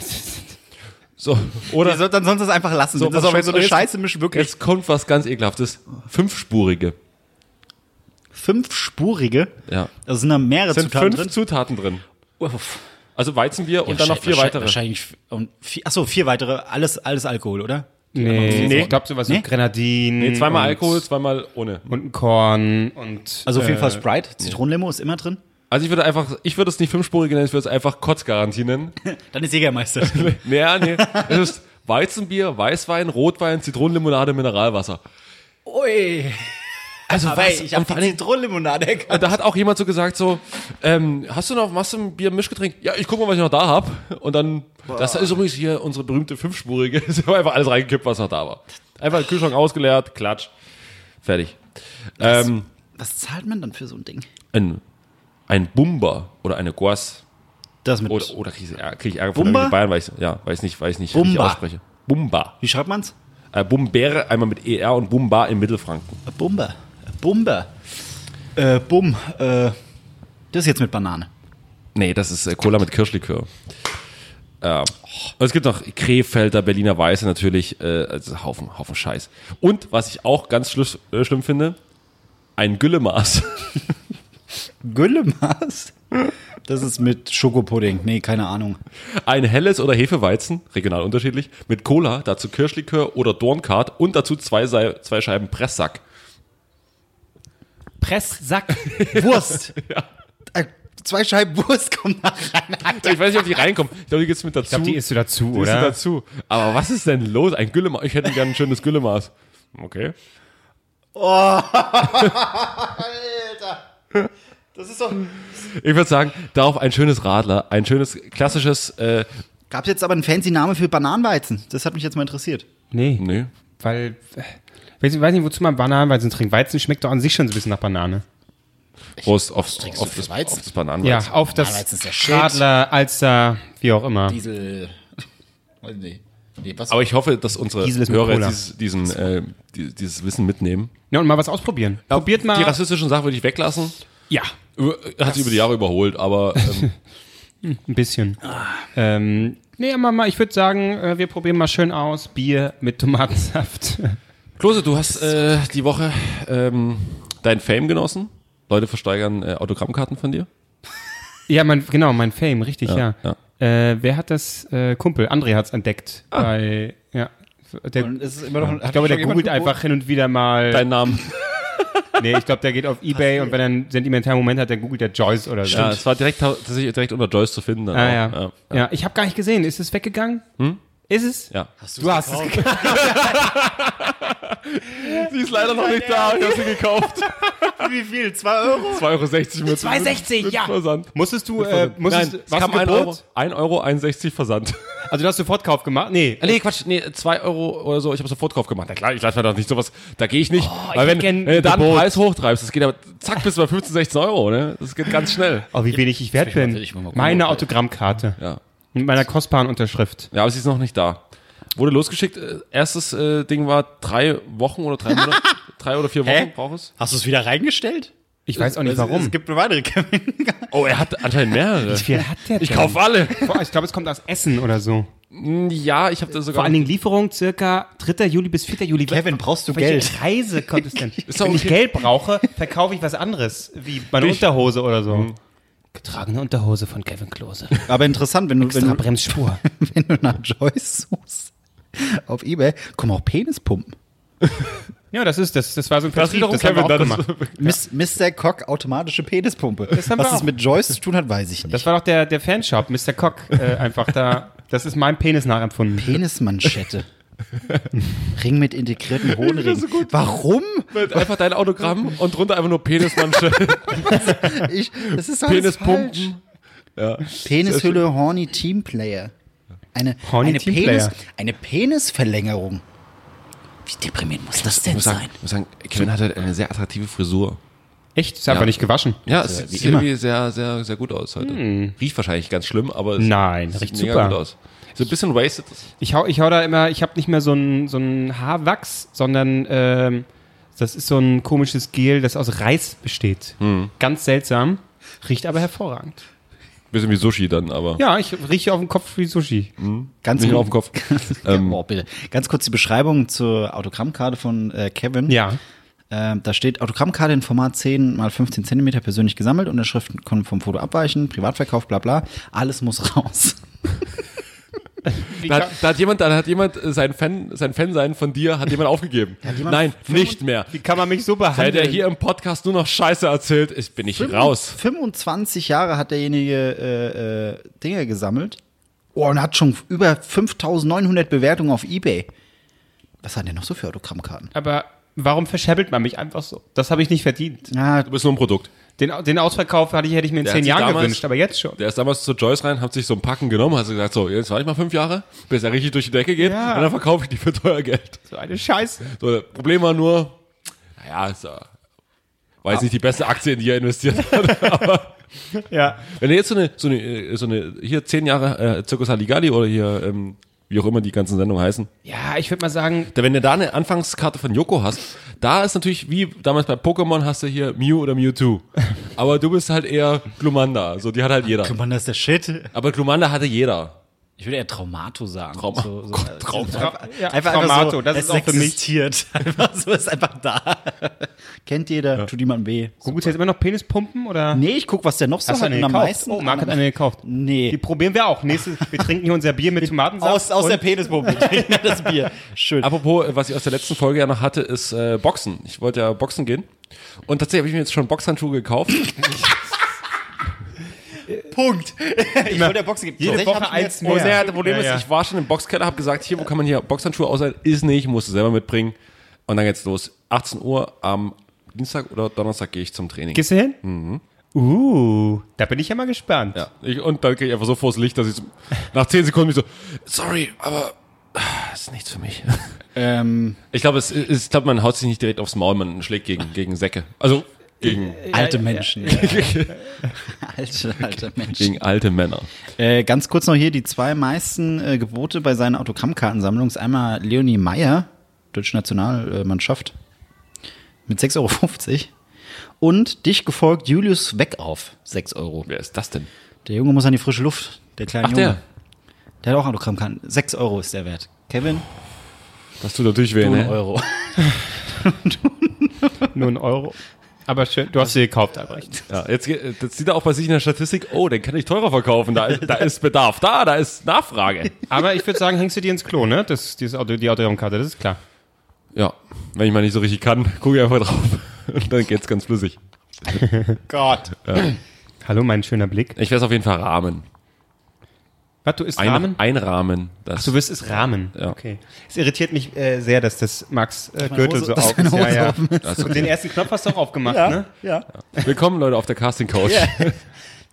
Speaker 4: So,
Speaker 3: Oder
Speaker 4: oder
Speaker 3: soll, dann sonst das einfach lassen.
Speaker 4: So,
Speaker 3: So, das
Speaker 4: pass
Speaker 3: ist schon
Speaker 4: auf,
Speaker 3: so
Speaker 4: jetzt-
Speaker 3: eine
Speaker 4: jetzt-
Speaker 3: Scheiße mischen wirklich.
Speaker 4: Jetzt kommt was ganz ekelhaftes. Fünfspurige.
Speaker 3: Fünfspurige.
Speaker 4: Ja.
Speaker 3: Da sind da mehrere
Speaker 4: Es sind
Speaker 3: Zutaten
Speaker 4: fünf
Speaker 3: drin.
Speaker 4: Zutaten drin.
Speaker 3: Uff.
Speaker 4: Also Weizenbier und dann noch vier
Speaker 3: Wahrscheinlich-
Speaker 4: weitere.
Speaker 3: Wahrscheinlich. Und vier, achso, vier weitere. Alles, alles Alkohol, oder?
Speaker 1: Nee,
Speaker 3: Nee.
Speaker 1: ich glaube sowas
Speaker 3: Nee.
Speaker 1: wie Grenadinen.
Speaker 4: Nee, zweimal
Speaker 1: und-
Speaker 4: Alkohol, zweimal ohne.
Speaker 1: Und ein Korn und.
Speaker 3: Also auf jeden
Speaker 1: äh,
Speaker 3: Fall Sprite, Zitronenlimo ist immer drin.
Speaker 4: Also ich würde einfach, ich würde es nicht fünfspurig nennen, ich würde es einfach Kotzgarantie nennen.
Speaker 3: Dann ist Jägermeister.
Speaker 4: Nee, ja, nee. Es ist Weizenbier, Weißwein, Rotwein, Zitronenlimonade, Mineralwasser.
Speaker 3: Ui.
Speaker 4: Also
Speaker 3: Aber ey, ich
Speaker 4: und
Speaker 3: habe
Speaker 4: vor
Speaker 3: die
Speaker 4: allen Dingen,
Speaker 3: Zitronenlimonade erkannt.
Speaker 4: da hat auch jemand so gesagt so, ähm, hast du noch, machst du ein Bier Mischgetränk? Ja, ich guck mal, was ich noch da hab. Und dann, das ist übrigens hier unsere berühmte fünfspurige. Ich habe einfach alles reingekippt, was noch da war. Einfach den Kühlschrank ausgeleert, klatsch, fertig. Ähm,
Speaker 3: Was zahlt man dann für so ein Ding?
Speaker 4: ein, ein Bumba oder eine Guas
Speaker 3: Das mit.
Speaker 4: Oder, oder kriege ich, Ärger- krieg ich Ärger von
Speaker 3: Bumba?
Speaker 4: irgendwelchen Bayern, weil ich, ja, weil ich nicht, weil ich nicht
Speaker 3: Bumba.
Speaker 4: richtig ausspreche. Bumba.
Speaker 3: Wie schreibt man's?
Speaker 4: Äh, Bumbeere einmal mit ER und Bumba in Mittelfranken.
Speaker 3: Bumba. Bumba. Äh, Bum. Äh, das ist jetzt mit Banane.
Speaker 4: Nee, das ist äh, Cola mit Kirschlikör. Äh, und es gibt noch Krefelder, Berliner Weiße natürlich, äh, also Haufen, Haufen Scheiß. Und was ich auch ganz schlimm, äh, schlimm finde, ein Güllemaß.
Speaker 3: Güllemaß? Das ist mit Schokopudding. Nee, keine Ahnung.
Speaker 4: Ein helles oder Hefeweizen, regional unterschiedlich, mit Cola, dazu Kirschlikör oder Dornkart und dazu zwei, Sei- zwei Scheiben Presssack.
Speaker 1: Presssack.
Speaker 3: Wurst. Äh, Zwei Scheiben Wurst kommen nach rein.
Speaker 4: Ich weiß nicht, ob die reinkommen. Ich glaube, die geht's mit dazu.
Speaker 1: Ich glaube, die isst du dazu,
Speaker 4: Die
Speaker 1: oder?
Speaker 4: sind dazu. Aber was ist denn los? Ein Güllemaß. Ich hätte gern ein schönes Güllemaß. Okay.
Speaker 3: Das ist doch.
Speaker 4: Ich würde sagen, darauf ein schönes Radler, ein schönes klassisches. Äh,
Speaker 3: Gab's jetzt aber einen fancy Name für Bananenweizen? Das hat mich jetzt mal interessiert.
Speaker 1: Nee,
Speaker 4: nee.
Speaker 1: weil. äh, Weiß, weiß nicht, wozu man Bananenweizen trinkt. Weizen schmeckt doch an sich schon so ein bisschen nach Banane.
Speaker 4: Prost auf,
Speaker 3: trinkst du
Speaker 4: auf,
Speaker 3: für
Speaker 4: das,
Speaker 3: Weizen?
Speaker 4: auf das Bananenweizen.
Speaker 1: Ja, auf
Speaker 3: Bananenweizen ist der
Speaker 1: das
Speaker 3: Shit.
Speaker 1: Radler, Alster, wie auch immer.
Speaker 3: Diesel. Nee. Nee, was?
Speaker 4: Aber ich hoffe, dass unsere
Speaker 1: Diesel ist mit
Speaker 4: Hörer
Speaker 1: Cola.
Speaker 4: dieses, diesen, äh, die- dieses Wissen mitnehmen.
Speaker 1: Ja, und mal was ausprobieren. Probiert mal.
Speaker 4: Die rassistischen Sachen würde ich weglassen.
Speaker 1: ja,
Speaker 4: Über- äh, Hat sie über die Jahre überholt, aber ähm,
Speaker 1: ein bisschen. Ähm, nee, aber mal, ich würde sagen, äh, wir probieren mal schön aus. Bier mit Tomatensaft.
Speaker 4: Klose, du hast äh, die Woche ähm, dein Fame genossen. Leute versteigern äh, Autogrammkarten von dir.
Speaker 1: Ja, mein, genau, mein Fame, richtig, ja. Ah.
Speaker 4: ja.
Speaker 1: Äh, wer hat das? Äh, Kumpel, André hat's entdeckt. Bei, ja, der,
Speaker 3: Und es ist immer noch,
Speaker 1: ich glaube, der googelt einfach hin und wieder mal.
Speaker 4: Deinen Namen.
Speaker 1: nee, ich glaube, der geht auf Ebay und wenn er einen sentimentalen Moment hat, dann googelt der Joyce oder so.
Speaker 4: Ja, es war direkt, tatsächlich direkt unter Joyce zu finden. dann
Speaker 1: Ah,
Speaker 4: auch.
Speaker 1: ja. Ja, ich habe gar nicht gesehen. Ist es weggegangen? Ist es?
Speaker 4: Ja.
Speaker 1: Du hast es gekauft.
Speaker 4: Sie ist leider noch nicht da. Ich habe sie gekauft.
Speaker 3: Wie viel? 2 Euro?
Speaker 4: 2,60 Euro mit
Speaker 1: 2,60,
Speaker 4: mit
Speaker 1: ja.
Speaker 4: Versand.
Speaker 1: Musstest du, äh, musstest,
Speaker 4: Nein,
Speaker 1: was
Speaker 4: kam
Speaker 1: kam
Speaker 4: 1 Euro,
Speaker 1: Gebot?
Speaker 4: 1,61 Euro 61 Versand.
Speaker 1: Also du hast Sofortkauf gemacht? Nee.
Speaker 4: Äh, nee, Quatsch, nee, 2 Euro oder so. Ich habe Sofortkauf gemacht. Na klar, ich lasse mir doch nicht sowas. Da gehe Oh, ich nicht.
Speaker 1: ich
Speaker 4: weil wenn,
Speaker 1: hätte gern
Speaker 4: wenn du da einen
Speaker 1: Gebot.
Speaker 4: Preis hochtreibst, das geht aber zack bis bei 15, 16 Euro. Ne? Das geht ganz schnell.
Speaker 1: Oh, wie wenig ich wert bin.
Speaker 3: natürlich mal gucken,
Speaker 1: Meine Autogrammkarte.
Speaker 4: Ja.
Speaker 1: Mit meiner kostbaren Unterschrift.
Speaker 4: ja, aber sie ist noch nicht da. Wurde losgeschickt. Äh, Erstes äh, Ding war drei Wochen oder drei Monate. drei oder vier Wochen braucht es.
Speaker 3: Hast du es wieder reingestellt?
Speaker 1: Ich weiß auch nicht
Speaker 3: Also,
Speaker 1: warum.
Speaker 3: Es gibt eine weitere Kevin.
Speaker 4: Oh, er hat anscheinend mehrere.
Speaker 1: Wie viel hat der
Speaker 4: Ich kauf alle.
Speaker 1: Boah, ich glaube, es kommt aus Essen oder so.
Speaker 4: Ja, ich habe da sogar.
Speaker 1: Vor allen Dingen Lieferung circa 3. Juli bis 4. Juli.
Speaker 3: Kevin, brauchst du
Speaker 1: Auf welche
Speaker 3: Geld?
Speaker 1: Reise kommt es denn?
Speaker 4: doch
Speaker 1: Wenn ich
Speaker 4: okay.
Speaker 1: Geld brauche, verkaufe ich was anderes, wie meine
Speaker 4: Dich.
Speaker 1: Unterhose oder so. Getragene Unterhose von Kevin Klose.
Speaker 3: Aber interessant, wenn du, wenn,
Speaker 1: Extra
Speaker 3: du,
Speaker 1: Bremsspur.
Speaker 3: wenn du nach Joyce suchst auf Ebay, kommen auch Penispumpen.
Speaker 1: Ja, das ist das. Das war so ein Vertrieb,
Speaker 4: wiederum
Speaker 1: das haben wir auch
Speaker 4: Kevin, das-
Speaker 1: gemacht.
Speaker 3: Mis- Mr. Cock, automatische Penispumpe.
Speaker 1: haben wir
Speaker 3: Was das
Speaker 1: auch.
Speaker 3: mit Joyce zu tun hat, weiß ich nicht.
Speaker 1: Das war doch der, der Fanshop, Mr. Cock, äh, einfach da. Das ist mein Penis nachempfunden.
Speaker 3: Penismanschette. Ring mit integrierten Hohnring. Warum?
Speaker 4: Mit einfach dein Autogramm und drunter einfach nur Penismanche,
Speaker 3: Ich, das ist alles falsch.
Speaker 4: Penispumpen. Ja.
Speaker 3: Penishülle Horny Teamplayer. Eine,
Speaker 1: Horny
Speaker 3: eine,
Speaker 1: Teamplayer.
Speaker 3: Penis, eine Penisverlängerung. Wie deprimierend muss das denn
Speaker 4: Ich muss sagen,
Speaker 3: sein?
Speaker 4: ich muss sagen Kevin hatte eine sehr attraktive Frisur.
Speaker 1: Echt? Ist einfach nicht gewaschen.
Speaker 4: Ja, es sieht
Speaker 3: wie immer.
Speaker 4: irgendwie sehr, sehr, sehr gut aus heute. Riecht wahrscheinlich ganz schlimm, aber es
Speaker 1: Nein,
Speaker 4: sieht
Speaker 1: riecht
Speaker 4: mega
Speaker 1: super.
Speaker 4: gut aus. So ein bisschen wasted.
Speaker 1: Ich hau, ich hau da immer, ich habe nicht mehr so einen so einen Haarwachs, sondern ähm, das ist so ein komisches Gel, das aus Reis besteht.
Speaker 4: Hm.
Speaker 1: Ganz seltsam, riecht aber hervorragend.
Speaker 4: Bisschen wie Sushi dann, aber
Speaker 1: Ja, ich rieche auf dem Kopf wie Sushi.
Speaker 3: Ganz genau.
Speaker 4: nicht nur auf den Kopf. Ähm,
Speaker 3: ja, boah, bitte. Ganz kurz die Beschreibung zur Autogrammkarte von äh, Kevin.
Speaker 1: Ja.
Speaker 3: Ähm, da steht Autogrammkarte in Format 10 x 15 cm persönlich gesammelt, Unterschriften können vom Foto abweichen, Privatverkauf, bla bla. Alles muss raus.
Speaker 4: Da hat, da hat jemand, da hat jemand äh, sein Fan, sein Fansein von dir hat jemand aufgegeben. Nein, nicht mehr.
Speaker 1: Wie kann man mich so
Speaker 4: Seit er
Speaker 1: behandeln?
Speaker 4: hier im Podcast nur noch Scheiße erzählt, ist, bin ich raus.
Speaker 3: 25 Jahre hat derjenige äh, äh, Dinge gesammelt. Oh, und hat schon über 5900 Bewertungen auf Ebay. Was hat denn noch so für Autogrammkarten?
Speaker 1: Aber warum verscheppelt man mich einfach so? Das habe ich nicht verdient.
Speaker 3: Ja,
Speaker 4: Du bist nur ein Produkt.
Speaker 1: Den, den Ausverkauf hatte ich, hätte ich mir in
Speaker 4: Der
Speaker 1: zehn
Speaker 4: hat sich
Speaker 1: Jahren
Speaker 4: damals-
Speaker 1: gewünscht, aber jetzt schon.
Speaker 4: Der ist damals zu Joyce rein, hat sich so ein Packen genommen, hat gesagt, so, jetzt warte ich mal fünf Jahre, bis er richtig durch die Decke geht,
Speaker 1: Ja.
Speaker 4: und dann verkaufe ich die für teuer Geld.
Speaker 1: So eine Scheiße.
Speaker 4: So, das Problem war nur, naja, ist, äh, war jetzt nicht die beste Aktie, in die er investiert hat.
Speaker 1: Ja.
Speaker 4: Wenn er jetzt so eine, so eine, äh, so eine hier zehn Jahre äh, Circus Haligali oder hier, ähm, wie auch immer die ganzen Sendungen heißen,
Speaker 1: Ja, ich würde mal sagen,
Speaker 4: da, wenn du da eine Anfangskarte von Yoko hast, da ist natürlich wie damals bei Pokémon hast du hier Mew oder Mewtwo. Aber du bist halt eher Glumanda, so die hat halt jeder.
Speaker 3: man, das ist der Shit.
Speaker 4: Aber Glumanda hatte jeder.
Speaker 3: Ich würde eher Traumato sagen.
Speaker 4: Trauma-
Speaker 3: So, so,
Speaker 4: Gott, Trauma-
Speaker 1: Tra- ja,
Speaker 3: einfach
Speaker 1: Traumato,
Speaker 3: einfach so,
Speaker 1: das
Speaker 3: es
Speaker 1: ist auch für mich.
Speaker 3: existiert. Einfach so, ist einfach da. Kennt jeder, tut niemandem weh.
Speaker 1: guckst du jetzt immer noch Penispumpen oder?
Speaker 3: Nee, ich guck, was der noch so
Speaker 1: Hast du
Speaker 3: hat.
Speaker 1: eine
Speaker 3: und am
Speaker 1: gekauft?
Speaker 3: meisten.
Speaker 1: oh, Marc hat eine gekauft.
Speaker 3: Nee.
Speaker 1: Die probieren wir auch. Nächstes, wir trinken hier unser Bier mit Tomatensaft.
Speaker 3: aus, aus
Speaker 1: und-
Speaker 3: der Penisbombe. das Bier. Schön.
Speaker 4: Apropos, äh, was ich aus der letzten Folge ja noch hatte, ist äh, Boxen. Ich wollte ja Boxen gehen. Und tatsächlich habe ich mir jetzt schon Boxhandschuhe gekauft.
Speaker 3: Punkt. Ich wollte der Boxen geben.
Speaker 1: Jede
Speaker 3: Tatsächlich hab
Speaker 1: Woche
Speaker 3: ich mir-
Speaker 1: eins
Speaker 4: Und naja,
Speaker 1: mehr.
Speaker 4: das Problem
Speaker 1: Ja,
Speaker 4: ist,
Speaker 1: ja.
Speaker 4: ich war schon im Boxkeller, habe gesagt, hier, wo kann man hier Boxhandschuhe ausleihen? Ist nicht, musst du selber mitbringen. Und dann geht's los. 18 Uhr am Dienstag oder Donnerstag gehe ich zum Training.
Speaker 1: Gehst du hin? Mhm. Uh, da bin ich ja mal gespannt.
Speaker 4: Ja, ich, und dann gehe ich einfach so vors Licht, dass ich so, nach 10 Sekunden mich so, sorry, aber ah, ist nichts für mich.
Speaker 3: Ähm,
Speaker 4: Ich glaube, es ist, ich glaube, man haut sich nicht direkt aufs Maul, man schlägt gegen, gegen Säcke. Also gegen,
Speaker 3: alte Menschen. alte, alte Menschen.
Speaker 4: gegen alte Männer.
Speaker 3: Äh, ganz kurz noch hier die zwei meisten äh, Gebote bei seiner Autogrammkartensammlung. Ist einmal Leonie Meyer, deutsche Nationalmannschaft, mit 6,50 Euro. Und dich gefolgt Julius Weckauf, 6 Euro.
Speaker 4: Wer ist das denn?
Speaker 3: Der Junge muss an die frische Luft. Der kleine
Speaker 4: Ach,
Speaker 3: Junge.
Speaker 4: der.
Speaker 3: Der hat auch Autogrammkarten. 6 Euro ist der Wert. Kevin,
Speaker 4: Das tut natürlich weh,
Speaker 3: ohne
Speaker 4: ne?
Speaker 3: Euro.
Speaker 1: Nur ein Euro. Aber schön, du hast sie gekauft, Albrecht.
Speaker 4: Ja, jetzt, geht- jetzt sieht er auch bei sich in der Statistik, oh, den kann ich teurer verkaufen, da, ist- da ist Bedarf da, da ist Nachfrage.
Speaker 1: Aber ich würde sagen, hängst du dir ins Klo, ne? Das, dieses Auto, die Autogrammkarte, das ist klar.
Speaker 4: Ja, wenn ich mal nicht so richtig kann, gucke ich einfach drauf und dann geht's ganz flüssig.
Speaker 1: Gott. Hallo, mein schöner Blick.
Speaker 4: Ich werde auf jeden Fall rahmen.
Speaker 1: Was, du isst
Speaker 4: Ein
Speaker 1: Rahmen?
Speaker 4: Rahmen? Einrahmen. Das
Speaker 1: Du wirst es Rahmen.
Speaker 4: Ja.
Speaker 1: Okay. Es irritiert mich äh, sehr, dass das Max äh, Gürtel
Speaker 3: Hose-
Speaker 1: so auf
Speaker 3: dass meine
Speaker 1: ist. Ja,
Speaker 3: Hose
Speaker 1: ja.
Speaker 3: offen
Speaker 1: Und den ersten Knopf hast du auch aufgemacht, ne?
Speaker 3: ja.
Speaker 4: Willkommen, Leute, auf der Casting Couch.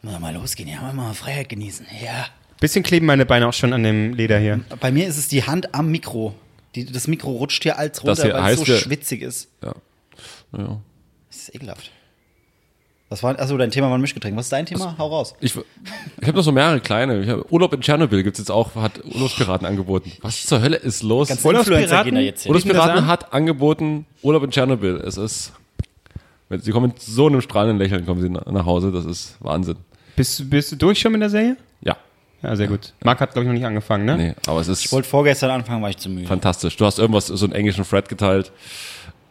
Speaker 3: Mal, mal losgehen, ja, mal, mal Freiheit genießen. Ja.
Speaker 1: Bisschen kleben meine Beine auch schon an dem Leder hier.
Speaker 3: Bei mir ist es die Hand am Mikro. Die, das Mikro rutscht hier als
Speaker 4: Das
Speaker 3: runter,
Speaker 4: hier
Speaker 3: weil es so
Speaker 4: heißt ja-
Speaker 3: schwitzig ist.
Speaker 4: Ja. Ja.
Speaker 3: Das ist ekelhaft. Was war, achso, dein Thema war ein Mischgetränk. Was ist dein Thema? Hau raus.
Speaker 4: Ich, ich habe noch so mehrere kleine. Ich hab, Urlaub in Tschernobyl gibt's jetzt auch, hat Urlaubspiraten angeboten. Was zur Hölle ist los?
Speaker 3: Ganz
Speaker 1: Urlaubspiraten-
Speaker 3: Influencer gehen da jetzt hin.
Speaker 1: Urlaubs-
Speaker 4: Urlaubspiraten hat angeboten Urlaub in Tschernobyl. Es ist. wenn- Sie kommen mit so einem strahlenden Lächeln kommen sie na- nach Hause. Das ist Wahnsinn.
Speaker 1: Bist, bist du durch schon mit der Serie?
Speaker 4: Ja,
Speaker 1: Ja, sehr gut. Marc hat, glaube ich, noch nicht angefangen, ne?
Speaker 4: nee, aber es ist
Speaker 3: Ich wollte vorgestern anfangen, war ich zu müde.
Speaker 4: fantastisch. Du hast irgendwas, so einen englischen Thread geteilt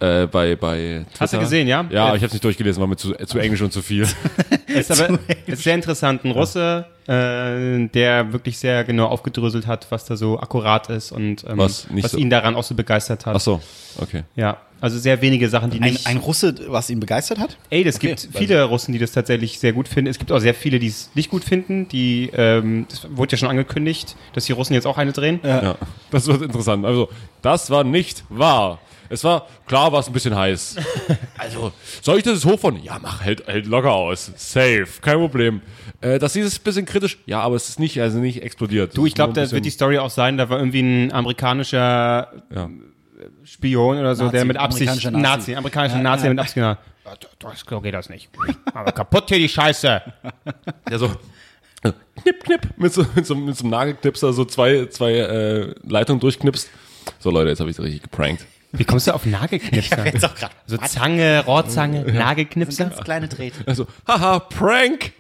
Speaker 4: äh, bei, bei Twitter.
Speaker 1: Hast du gesehen, ja?
Speaker 4: Ja, aber
Speaker 1: Äh,
Speaker 4: ich habe es nicht durchgelesen, war mir zu, äh, zu englisch und zu viel.
Speaker 1: Ist aber ist sehr interessant. Ein Russe, äh, der wirklich sehr genau aufgedröselt hat, was da so akkurat ist und ähm,
Speaker 4: Was nicht so-
Speaker 1: ihn daran auch so begeistert hat.
Speaker 4: Ach so, okay.
Speaker 1: Ja, also sehr wenige Sachen, die
Speaker 3: Ein,
Speaker 1: nicht.
Speaker 3: ein Russe, was ihn begeistert hat?
Speaker 1: Ey, es
Speaker 3: Okay,
Speaker 1: gibt viele Russen, die das tatsächlich sehr gut finden. Es gibt auch sehr viele, die es nicht gut finden. Die, ähm, das wurde ja schon angekündigt, dass die Russen jetzt auch eine drehen.
Speaker 4: Ja, das wird interessant. Also, das war nicht wahr. Es war, klar war es ein bisschen heiß. Also, soll ich das jetzt hochfahren? Ja, mach, hält, hält locker aus. Safe, kein Problem. Äh, das ist ein bisschen kritisch. Ja, aber es ist nicht, also nicht explodiert.
Speaker 1: Du, ich glaube, da
Speaker 4: das
Speaker 1: wird die Story auch sein, da war irgendwie ein amerikanischer
Speaker 4: Ja.
Speaker 1: Spion oder so,
Speaker 3: Nazi,
Speaker 1: der mit Absicht.
Speaker 3: amerikanischer
Speaker 1: Nazi.
Speaker 3: Nazi.
Speaker 1: amerikanischer Nazi, der mit Absicht. genau. Ja, das, so geht das nicht. Aber kaputt hier die Scheiße.
Speaker 4: Ja, so. Knipp, knipp. Mit so, mit so, mit so einem Nagelknipser so zwei, zwei äh, Leitungen durchknipst. So, Leute, jetzt habe ich es richtig geprankt.
Speaker 1: Wie kommst du auf Nagelknipser?
Speaker 3: Jetzt auch gerade.
Speaker 1: so Zange, Rohrzange, Nagelknipser?
Speaker 3: Ganz kleine Dreh.
Speaker 4: Also, haha, Prank!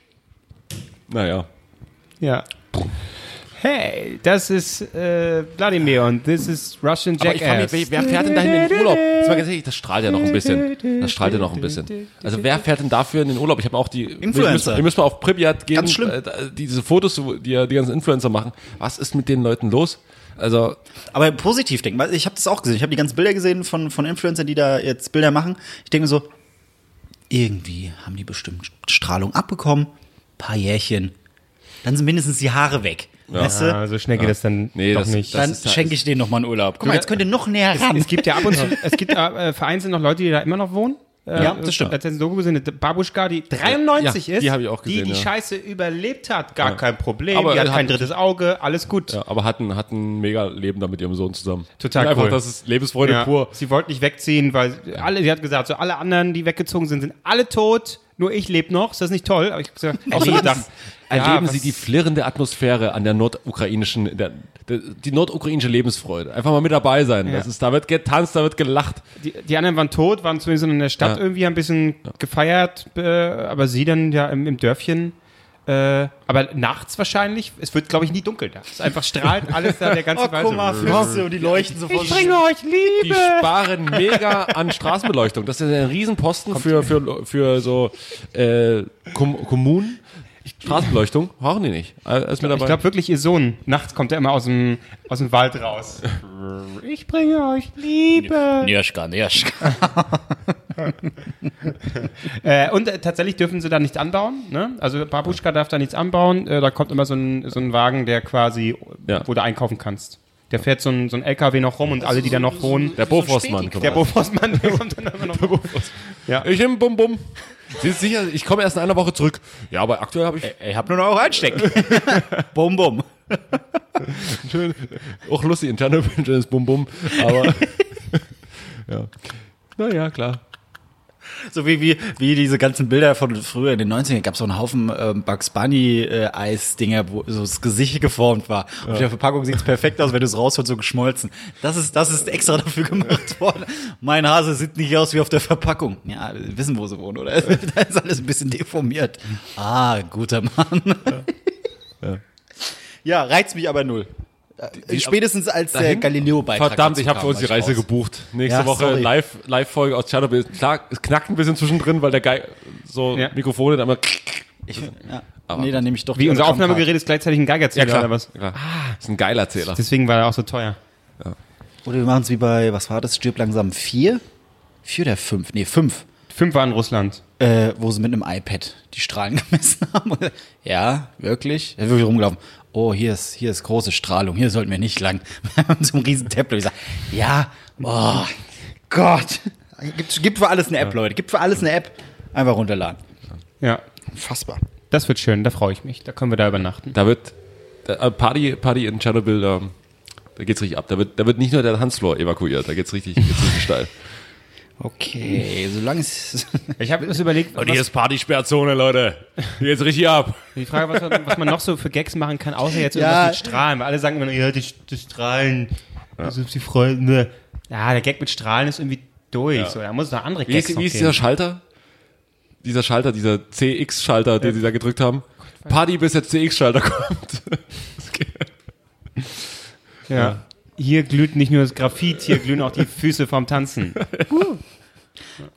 Speaker 4: Naja.
Speaker 1: Ja. Hey, das ist äh, Vladimir und this is Russian
Speaker 4: Aber ich frage mich,
Speaker 1: Jackass.
Speaker 4: wer- wer fährt denn dahin in den Urlaub? Das, war ganz ehrlich, das strahlt ja noch ein bisschen. Das strahlt ja noch ein bisschen. Also wer fährt denn dafür in den Urlaub? Ich habe auch die...
Speaker 3: Influencer.
Speaker 4: Wir müssen, wir müssen mal auf Pripyat gehen.
Speaker 3: Ganz schlimm.
Speaker 4: äh, da- Diese Fotos, wo die ja die ganzen Influencer machen. Was ist mit den Leuten los? Also,
Speaker 3: Aber positiv denken, weil ich habe das auch gesehen. Ich habe die ganzen Bilder gesehen von, von Influencern, die da jetzt Bilder machen. Ich denke mir so, irgendwie haben die bestimmt Strahlung abbekommen. Paar Jährchen. Dann sind mindestens die Haare weg. Weißt du?
Speaker 1: ah, so schnell geht das dann
Speaker 4: Nee,
Speaker 1: doch
Speaker 4: das-
Speaker 1: nicht.
Speaker 4: das-
Speaker 3: Dann
Speaker 4: ist-
Speaker 3: schenke ich denen nochmal einen Urlaub. Guck mal, jetzt könnt ihr noch näher ran.
Speaker 1: es gibt ja ab und zu, es gibt äh, äh, vereinzelt noch Leute, die da immer noch wohnen. Äh,
Speaker 3: Ja, das stimmt.
Speaker 1: Letztens Doku gesehen, eine Babuschka, die 93
Speaker 4: Ja,
Speaker 1: ist,
Speaker 4: die habe ich auch gesehen,
Speaker 1: die die
Speaker 4: ja.
Speaker 1: Scheiße überlebt hat, gar kein Problem,
Speaker 4: Aber
Speaker 1: die hat
Speaker 4: hat-
Speaker 1: kein drittes Auge, alles gut.
Speaker 4: ja, aber hatten hatten mega Leben da mit ihrem Sohn zusammen.
Speaker 1: Total
Speaker 4: Und einfach,
Speaker 1: cool.
Speaker 4: das ist Lebensfreude
Speaker 1: Ja,
Speaker 4: pur.
Speaker 1: Sie wollte nicht wegziehen, weil alle, sie hat gesagt, so alle anderen, die weggezogen sind, sind alle tot, nur ich lebe noch. Ist das nicht toll? Aber ich hab gesagt, auch so gedacht.
Speaker 4: Erleben
Speaker 1: was-
Speaker 4: Sie die flirrende Atmosphäre an der nordukrainischen, der, der, die nordukrainische Lebensfreude. Einfach mal mit dabei sein. Das ist, da wird getanzt, da wird gelacht.
Speaker 1: Die, die anderen waren tot, waren zumindest in der Stadt
Speaker 4: Ja.
Speaker 1: irgendwie haben ein bisschen gefeiert, äh, aber sie dann ja im, im Dörfchen. Äh, aber nachts wahrscheinlich, es wird glaube ich nie dunkel da. Es ist einfach strahlt alles da, der
Speaker 4: Oh,
Speaker 1: ganze Wald so.
Speaker 3: Füchse und die leuchten sofort.
Speaker 1: euch
Speaker 4: Die
Speaker 1: Liebe.
Speaker 4: sparen mega an Straßenbeleuchtung. Das ist ja ein Riesenposten für, für, für so äh, Kom Kommunen. Straßenbeleuchtung brauchen die nicht. Alles mit dabei.
Speaker 1: Ich glaube wirklich, ihr Sohn, nachts kommt er immer aus dem, aus dem Wald raus. Ich bringe euch Liebe.
Speaker 3: Nirschka, Nirschka.
Speaker 1: Äh, und äh, tatsächlich dürfen sie da nichts anbauen. Ne? Also Babuschka darf da nichts anbauen. Äh, da kommt immer so ein, so ein Wagen, der quasi,
Speaker 4: Ja.
Speaker 1: wo du einkaufen kannst. Der fährt so ein, so ein LKW noch rum und alle, die da noch wohnen.
Speaker 4: der Bofrostmann.
Speaker 1: Der Bofrostmann, der kommt dann immer noch. Ja.
Speaker 4: ich im Bum Bum. Sie ist sicher, ich komme erst in einer Woche zurück. Ja, aber aktuell habe ich
Speaker 3: Ich hab nur noch Euro einstecken. bum, bum.
Speaker 4: auch lustig interne Wünsche ins Bum Bum. Aber ja. Naja, klar.
Speaker 3: So wie, wie, wie diese ganzen Bilder von früher in den 90ern gab es so einen Haufen ähm, Bugs Bunny-Eis-Dinger, wo so das Gesicht geformt war. Auf der Verpackung sieht es perfekt aus, wenn du es rausholst, so geschmolzen. Das ist, das ist extra dafür gemacht worden. Mein Hase sieht nicht aus wie auf der Verpackung. Ja, wir wissen, wo sie wohnen, oder? da ist alles ein bisschen deformiert. Ah, guter Mann. Ja, reizt mich aber null. Spätestens als der Galileo-Beitrag
Speaker 4: Verdammt,
Speaker 3: dazu
Speaker 4: ich habe
Speaker 3: kam,
Speaker 4: für uns
Speaker 3: war
Speaker 4: die
Speaker 3: ich
Speaker 4: Reise
Speaker 3: raus.
Speaker 4: gebucht. Nächste
Speaker 3: Ja,
Speaker 4: Woche
Speaker 3: sorry.
Speaker 4: Live- Live-Folge aus Tschernobyl. Klar, es knackt ein bisschen zwischendrin, weil der Geil so
Speaker 1: Ja.
Speaker 4: Mikrofone da immer.
Speaker 3: Ich, ja. Nee, dann nehme ich doch
Speaker 1: Wie
Speaker 3: die
Speaker 1: unser
Speaker 3: Autogrammkarte.
Speaker 1: Aufnahmegerät ist gleichzeitig ein Geigerzähler oder was?
Speaker 4: Klar. Ist ein geiler Zähler.
Speaker 1: Deswegen war er auch so teuer.
Speaker 3: Oder wir machen es wie bei, was war das? Stirb langsam vier? Vier oder fünf? Nee, fünf.
Speaker 1: Fünf war in Russland.
Speaker 3: Äh, wo sie mit einem iPad die Strahlen gemessen haben. ja, wirklich? Da ist wirklich rumgelaufen. Oh, hier ist, hier ist große Strahlung. Hier sollten wir nicht lang. Wir haben so einen riesen Tablet. Ich sag, ja, oh Gott. Gibt, gibt für alles eine App, Leute. Gibt für alles eine App. Einfach runterladen.
Speaker 1: Ja.
Speaker 3: Unfassbar.
Speaker 1: Das wird schön, da freue ich mich. Da können wir da übernachten.
Speaker 4: Da wird da, äh, Party, Party in Tschernobyl, da, da geht's richtig ab. Da wird, da wird nicht nur der Tanzfloor evakuiert, da geht's richtig, geht's richtig steil.
Speaker 3: Okay, solange es.
Speaker 1: Ich habe uns überlegt, was,
Speaker 4: ist Partysperrzone, Leute. Hier geht's richtig ab.
Speaker 1: die Frage, was, man- was man noch so für Gags machen kann, außer jetzt
Speaker 3: Ja.
Speaker 1: irgendwas mit Strahlen. Weil alle sagen immer, nur, ja, die, die Strahlen, das sind die Freunde. Ja, der Gag mit Strahlen ist irgendwie durch. So, da muss es noch andere
Speaker 4: Wie
Speaker 1: Gags
Speaker 4: ist,
Speaker 1: noch
Speaker 4: wie ist
Speaker 1: geben.
Speaker 4: dieser Schalter? Dieser Schalter, dieser CX-Schalter, den sie da gedrückt haben. Party, bis der CX-Schalter kommt.
Speaker 1: ja. Hier glüht nicht nur das Graphit, hier glühen auch die Füße vom Tanzen.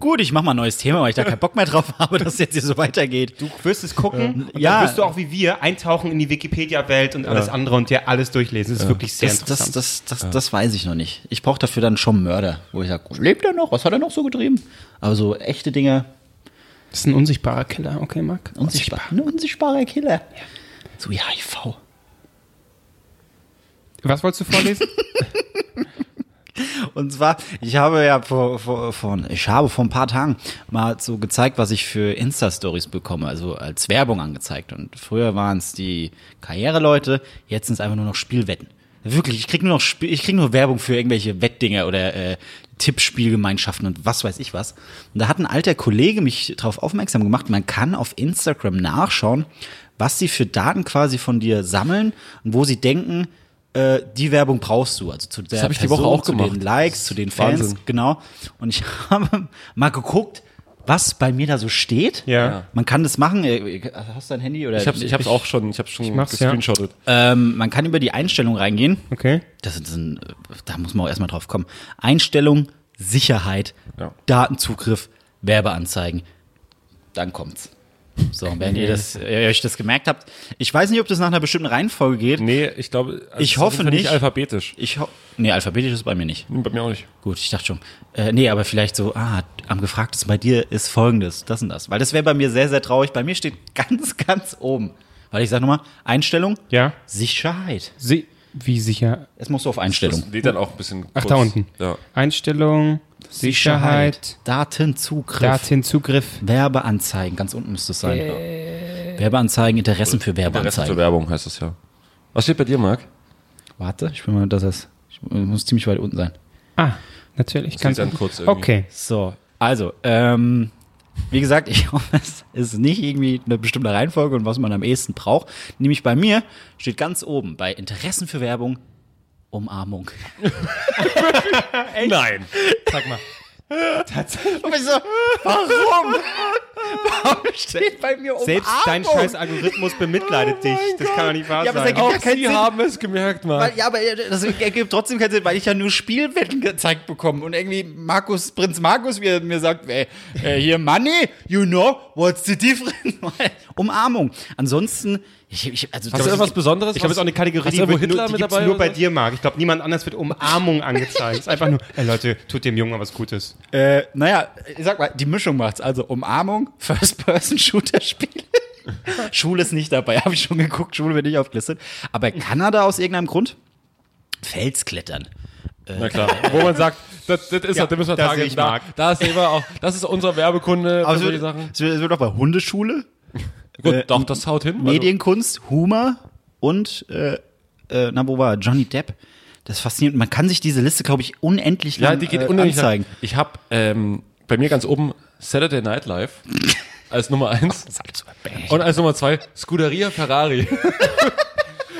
Speaker 3: Gut, ich mach mal ein neues Thema, weil ich da keinen Bock mehr drauf habe, dass es jetzt hier so weitergeht.
Speaker 1: Du wirst es gucken und
Speaker 3: Ja.
Speaker 1: dann wirst du auch wie wir eintauchen in die Wikipedia-Welt und alles andere und dir alles durchlesen. Das ist wirklich sehr
Speaker 3: Das, das,
Speaker 1: interessant.
Speaker 3: das, das, das weiß ich noch nicht. Ich brauche dafür dann schon Mörder, wo ich sage, lebt er noch? Was hat er noch so getrieben? Aber so echte Dinge,
Speaker 1: Das ist ein unsichtbarer Killer, okay, Marc?
Speaker 3: unsichtbar, ein unsichtbarer ne, Killer. So wie HIV.
Speaker 1: Was wolltest du vorlesen?
Speaker 3: Und zwar, ich habe ja vor, vor, von, ich habe vor ein paar Tagen mal so gezeigt, was ich für Insta-Stories bekomme, also als Werbung angezeigt. Und früher waren es die Karriereleute, jetzt sind es einfach nur noch Spielwetten. Wirklich, ich krieg nur noch Spiel, ich krieg nur Werbung für irgendwelche Wettdinger oder äh, Tippspielgemeinschaften und was weiß ich was. Und da hat ein alter Kollege mich darauf aufmerksam gemacht, man kann auf Instagram nachschauen, was sie für Daten quasi von dir sammeln und wo sie denken, äh, die Werbung brauchst du. Also zu der
Speaker 4: hab ich die Woche auch
Speaker 3: zu den
Speaker 4: gemacht.
Speaker 3: Likes, zu den Fans,
Speaker 4: Wahnsinn.
Speaker 3: genau. Und ich habe mal geguckt, was bei mir da so steht.
Speaker 1: Ja.
Speaker 3: Man kann das machen. äh, Hast du dein Handy oder?
Speaker 4: Ich hab's, ich Äh, hab's auch schon, ich hab's schon
Speaker 1: mach's, ja.
Speaker 4: gescreenshottet.
Speaker 3: Ähm, man kann über die Einstellung reingehen.
Speaker 1: Okay.
Speaker 3: Das ist ein, da muss man auch erstmal drauf kommen. Einstellung, Sicherheit,
Speaker 4: Ja.
Speaker 3: Datenzugriff, Werbeanzeigen. Dann kommt's. So, und wenn ihr, das, ihr euch das gemerkt habt, ich weiß nicht, ob das nach einer bestimmten Reihenfolge geht.
Speaker 4: Nee, ich glaube, also
Speaker 3: Ich
Speaker 4: es ist auf
Speaker 3: hoffe
Speaker 4: jeden Fall
Speaker 3: nicht.
Speaker 4: alphabetisch.
Speaker 3: Ich ho- nee, alphabetisch ist bei mir nicht.
Speaker 4: Hm, Bei mir auch nicht.
Speaker 3: Gut, ich dachte schon. Äh, nee, aber vielleicht so, ah, am gefragtesten bei dir ist folgendes, das und das. Weil das wäre bei mir sehr, sehr traurig. Bei mir steht ganz, ganz oben. Weil ich sage nochmal, Einstellung,
Speaker 1: Ja.
Speaker 3: Sicherheit.
Speaker 1: Sie wie sicher?
Speaker 3: Es muss so auf
Speaker 4: Das
Speaker 3: Einstellung.
Speaker 4: lädt dann auch ein bisschen.
Speaker 1: Ach,
Speaker 4: kurz.
Speaker 1: da unten.
Speaker 4: Ja.
Speaker 1: Einstellung, Sicherheit,
Speaker 3: Datenzugriff.
Speaker 1: Datenzugriff.
Speaker 3: Werbeanzeigen, ganz unten müsste es sein.
Speaker 1: Äh.
Speaker 3: Werbeanzeigen, Interessen für
Speaker 4: Der Rest
Speaker 3: Werbeanzeigen.
Speaker 4: zur Werbung heißt das ja. Was steht bei dir, Marc?
Speaker 3: Warte, ich bin mal, das ist, ich muss ziemlich weit unten sein.
Speaker 1: Ah, natürlich.
Speaker 4: Das
Speaker 1: ganz
Speaker 4: sieht dann kurz irgendwie.
Speaker 1: okay.
Speaker 3: So, also, ähm, wie gesagt, ich hoffe, es ist nicht irgendwie eine bestimmte Reihenfolge und was man am ehesten braucht. Nämlich bei mir steht ganz oben bei Interessen für Werbung Umarmung.
Speaker 4: Nein.
Speaker 1: Sag mal.
Speaker 3: Und ich so, warum? Warum steht bei mir Umarmung?
Speaker 1: Selbst dein scheiß Algorithmus bemitleidet dich. Das kann doch nicht wahr
Speaker 3: Ja, aber es
Speaker 1: sein.
Speaker 3: ergibt ja keinen
Speaker 4: Sie
Speaker 3: Sinn.
Speaker 4: haben es gemerkt, Marc.
Speaker 3: Weil, ja, aber das ergibt trotzdem keinen Sinn, weil ich ja nur Spielwetten gezeigt bekomme und irgendwie Markus, Prinz Markus mir, mir sagt, ey, äh, hier Money, you know, what's the difference? Umarmung. Ansonsten, ich, ich, also
Speaker 4: Hast du
Speaker 3: das-
Speaker 4: irgendwas Besonderes?
Speaker 1: Ich glaube, es ist auch eine Kategorie,
Speaker 4: Hast du
Speaker 1: die,
Speaker 4: irgendwo
Speaker 1: wird nur,
Speaker 4: Hitler
Speaker 1: die
Speaker 4: mit
Speaker 1: gibt's
Speaker 4: dabei?
Speaker 1: nur bei
Speaker 4: oder so?
Speaker 1: dir, Marc. Ich glaube, niemand anders wird Umarmung angezeigt. Es ist einfach nur, ey Leute, tut dem Jungen mal was Gutes.
Speaker 3: Äh, naja, ich sag mal, die Mischung macht's. Also Umarmung, First-Person-Shooter-Spiele. Schule ist nicht dabei, habe ich schon geguckt, Schule wird nicht aufgelistet. Aber Kanada aus irgendeinem Grund? Felsklettern.
Speaker 4: Na klar. Wo man sagt, das, das ist ja, das müssen wir
Speaker 1: das
Speaker 4: Tage
Speaker 1: sehe ich,
Speaker 4: da,
Speaker 1: Marc.
Speaker 4: da sehen wir auch, das ist unser Werbekunde
Speaker 3: Aber
Speaker 4: für
Speaker 3: Also es
Speaker 4: solche
Speaker 3: wird,
Speaker 4: Sachen.
Speaker 3: es wird es wird auch bei Hundeschule,
Speaker 4: Gut,
Speaker 3: äh,
Speaker 4: doch, das haut hin. Also,
Speaker 3: Medienkunst, Humor und, äh, äh, na, wo war er? Johnny Depp. Das ist faszinierend. Man kann sich diese Liste, glaube ich, unendlich lang
Speaker 4: Ja, die geht
Speaker 3: äh,
Speaker 4: unendlich lang.
Speaker 3: anzeigen.
Speaker 4: Ich habe ähm, bei mir ganz oben Saturday Night Live als Nummer eins und als Nummer zwei Scuderia Ferrari.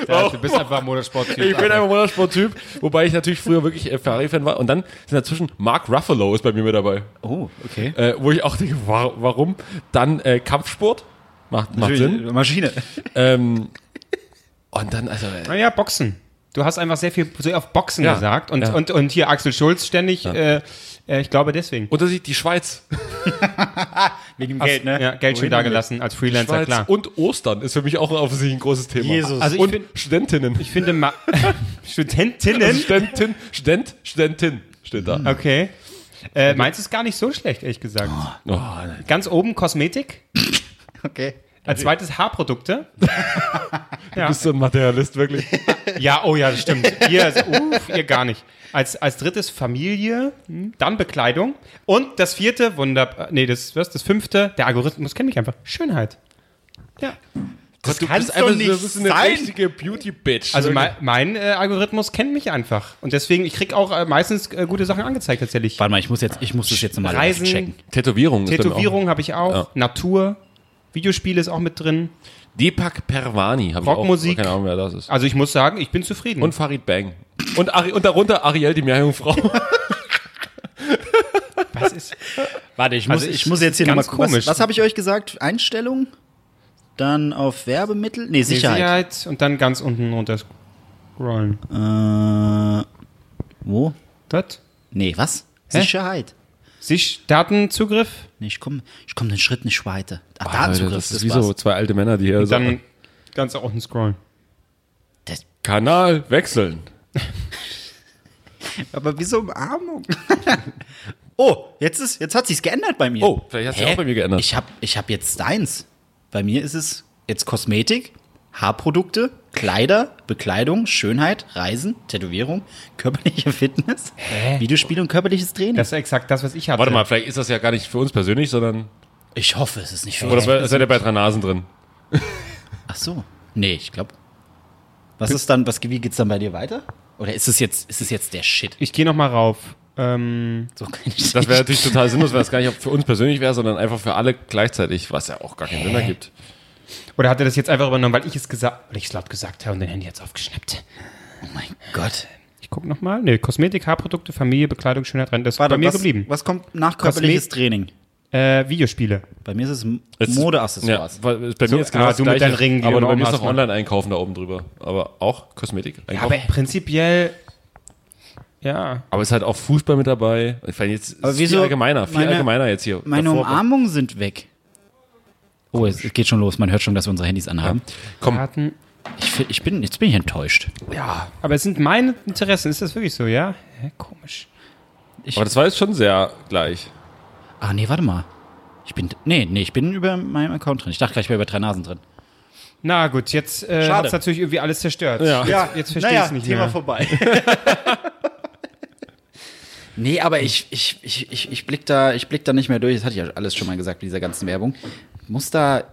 Speaker 1: Ja, du bist einfach Motorsport.
Speaker 4: Ich bin einfach ein Motorsport-Typ, wobei ich natürlich früher wirklich äh, Ferrari-Fan war. Und dann sind dazwischen Mark Ruffalo ist bei mir mit dabei,
Speaker 3: Oh, okay.
Speaker 4: äh, wo ich auch denke, wa warum? Dann äh, Kampfsport macht, macht Sinn.
Speaker 3: Maschine.
Speaker 4: Ähm, und dann also äh,
Speaker 1: Naja, Boxen. Du hast einfach sehr viel so auf Boxen
Speaker 4: Ja.
Speaker 1: gesagt. Und,
Speaker 4: Ja.
Speaker 1: und, und hier Axel Schulz ständig, äh, äh, ich glaube deswegen.
Speaker 4: Unterschied die Schweiz,
Speaker 3: Wegen dem
Speaker 1: Hast-
Speaker 4: ne?
Speaker 1: Ja, Geld schon dagelassen als Freelancer,
Speaker 4: Schweiz
Speaker 1: klar.
Speaker 4: und Ostern ist für mich auch offensichtlich ein großes Thema.
Speaker 3: Jesus.
Speaker 1: Also ich
Speaker 4: und
Speaker 1: bin-
Speaker 4: Studentinnen.
Speaker 1: Ich finde Ma Studentinnen.
Speaker 4: Studentin, Student, Studentin steht da.
Speaker 1: Okay. Äh, meins ist gar nicht so schlecht, ehrlich gesagt.
Speaker 4: Oh, nein.
Speaker 1: Ganz oben Kosmetik,
Speaker 3: Okay.
Speaker 1: als zweites Haarprodukte.
Speaker 4: Du bist so ein Materialist, wirklich.
Speaker 1: Ja, oh ja, das stimmt. Ihr, ist- uff, ihr gar nicht. Als, als drittes Familie, hm, dann Bekleidung. Und das vierte, wunderbar, nee, das, was, das fünfte, der Algorithmus kennt mich einfach. Schönheit. Ja.
Speaker 4: Das du
Speaker 1: kann's
Speaker 4: bist einfach
Speaker 1: doch nicht
Speaker 4: du bist eine
Speaker 1: sein.
Speaker 4: richtige Beauty-Bitch.
Speaker 1: Also
Speaker 4: Wirklich.
Speaker 1: mein, mein äh, Algorithmus kennt mich einfach. Und deswegen, ich krieg auch äh, meistens äh, gute Sachen angezeigt tatsächlich.
Speaker 3: Warte mal, ich muss, jetzt, ich muss das jetzt nochmal
Speaker 1: Reisen,
Speaker 3: checken.
Speaker 4: Tätowierung. ist bei mir auch-
Speaker 1: Tätowierung habe ich auch,
Speaker 4: Ja.
Speaker 1: Natur, Videospiele ist auch mit drin.
Speaker 4: Deepak Pervani habe ich auch.
Speaker 1: Rockmusik.
Speaker 4: Keine Ahnung, wer das ist.
Speaker 1: Also ich muss sagen, ich bin zufrieden.
Speaker 4: Und Farid Bang. Und, Ari und darunter Ariel, die Meerjungfrau.
Speaker 1: was ist?
Speaker 3: Warte, ich muss,
Speaker 1: Also,
Speaker 3: ich
Speaker 1: es
Speaker 3: muss
Speaker 1: ist
Speaker 3: jetzt hier nochmal
Speaker 1: ganz
Speaker 3: komisch.
Speaker 1: komisch.
Speaker 3: Was, was habe ich euch gesagt? Einstellung, dann auf Werbemittel, nee, Sicherheit.
Speaker 1: Sicherheit und dann ganz unten runter scrollen.
Speaker 3: Äh, wo?
Speaker 1: Das?
Speaker 3: Nee, was?
Speaker 1: Hä?
Speaker 3: Sicherheit.
Speaker 1: Sich Datenzugriff,
Speaker 3: Nee, ich komme ich komm den Schritt nicht weiter. Ach,
Speaker 4: Alter,
Speaker 3: Datenzugriff,
Speaker 4: Ah, das ist
Speaker 3: das
Speaker 4: wie
Speaker 3: war's.
Speaker 4: so zwei alte Männer, die hier
Speaker 1: dann
Speaker 4: sagen.
Speaker 1: ganz unten scrollen.
Speaker 3: Das,
Speaker 4: Kanal wechseln.
Speaker 3: aber wieso Umarmung? oh, jetzt, ist, jetzt hat sich's geändert bei mir.
Speaker 4: Oh, vielleicht hat's ja auch bei mir geändert.
Speaker 3: Ich habe ich hab jetzt deins. Bei mir ist es jetzt Kosmetik, Haarprodukte, Kleider, Bekleidung, Schönheit, Reisen, Tätowierung, körperliche Fitness, Videospiele und körperliches Training.
Speaker 1: Das ist exakt das, was ich hatte.
Speaker 4: Warte mal, vielleicht ist das ja gar nicht für uns persönlich, sondern.
Speaker 3: ich hoffe, es ist nicht für
Speaker 4: Oder
Speaker 3: uns.
Speaker 4: bei- seid ihr bei drei Nasen drin?
Speaker 3: Ach so. Nee, ich glaube. Was ist dann, was, wie geht's dann bei dir weiter? Oder ist es jetzt, ist es jetzt der Shit?
Speaker 1: Ich gehe nochmal rauf. Ähm,
Speaker 3: So kann ich
Speaker 4: Das wäre natürlich total sinnlos, wenn es gar nicht für uns persönlich wäre, sondern einfach für alle gleichzeitig, was ja auch gar keinen Sinn ergibt.
Speaker 1: oder hat er das jetzt einfach übernommen, weil ich es gesagt, weil ich es laut gesagt habe und den Handy jetzt aufgeschnappt.
Speaker 3: Oh mein Gott.
Speaker 1: Ich guck nochmal. Ne, Kosmetik, Haarprodukte, Familie, Bekleidung, Schönheit, Rennen. Das ist bei mir
Speaker 3: was,
Speaker 1: geblieben.
Speaker 3: Was kommt nach körperliches
Speaker 1: Kosmet-
Speaker 3: Training?
Speaker 1: äh, Videospiele.
Speaker 3: Bei mir ist es
Speaker 4: Jetzt-
Speaker 3: Modeaccessoires.
Speaker 4: Ja, weil, bei mir ist genau
Speaker 1: ah,
Speaker 4: das
Speaker 1: du mit
Speaker 4: Gleiche,
Speaker 1: deinen Ringen, die
Speaker 4: aber
Speaker 1: du
Speaker 4: bei mir ist
Speaker 1: hast,
Speaker 4: noch
Speaker 1: ne?
Speaker 4: Online-Einkaufen da oben drüber. Aber auch Kosmetik.
Speaker 1: aber
Speaker 4: einkaufen.
Speaker 1: prinzipiell, ja.
Speaker 4: aber es ist halt auch Fußball mit dabei. Ich fand jetzt
Speaker 3: Aber
Speaker 4: ist
Speaker 3: wieso-
Speaker 4: viel allgemeiner, viel
Speaker 3: meine-
Speaker 4: allgemeiner jetzt hier.
Speaker 3: Meine
Speaker 4: Davor-
Speaker 3: Umarmungen sind weg. Oh, es, es geht schon los. Man hört schon, dass wir unsere Handys anhaben.
Speaker 4: Komm,
Speaker 1: Daten.
Speaker 3: Ich, fi- ich bin, jetzt bin ich enttäuscht.
Speaker 4: ja.
Speaker 1: Aber es sind meine Interessen, ist das wirklich so, ja? Hä, komisch.
Speaker 4: Aber das war jetzt schon sehr gleich.
Speaker 3: Ah, nee, warte mal. Ich bin, nee, nee, ich bin über meinem Account drin. Ich dachte gleich, ich wäre über drei Nasen drin.
Speaker 1: Na gut, jetzt äh,
Speaker 3: Schade.
Speaker 1: hat es natürlich irgendwie alles zerstört.
Speaker 4: Ja.
Speaker 1: Jetzt, jetzt verstehe ich es nicht mehr.
Speaker 3: vorbei. nee, aber ich, ich, ich, ich, ich blick da, ich blick da nicht mehr durch. Das hatte ich ja alles schon mal gesagt mit dieser ganzen Werbung. Muss da,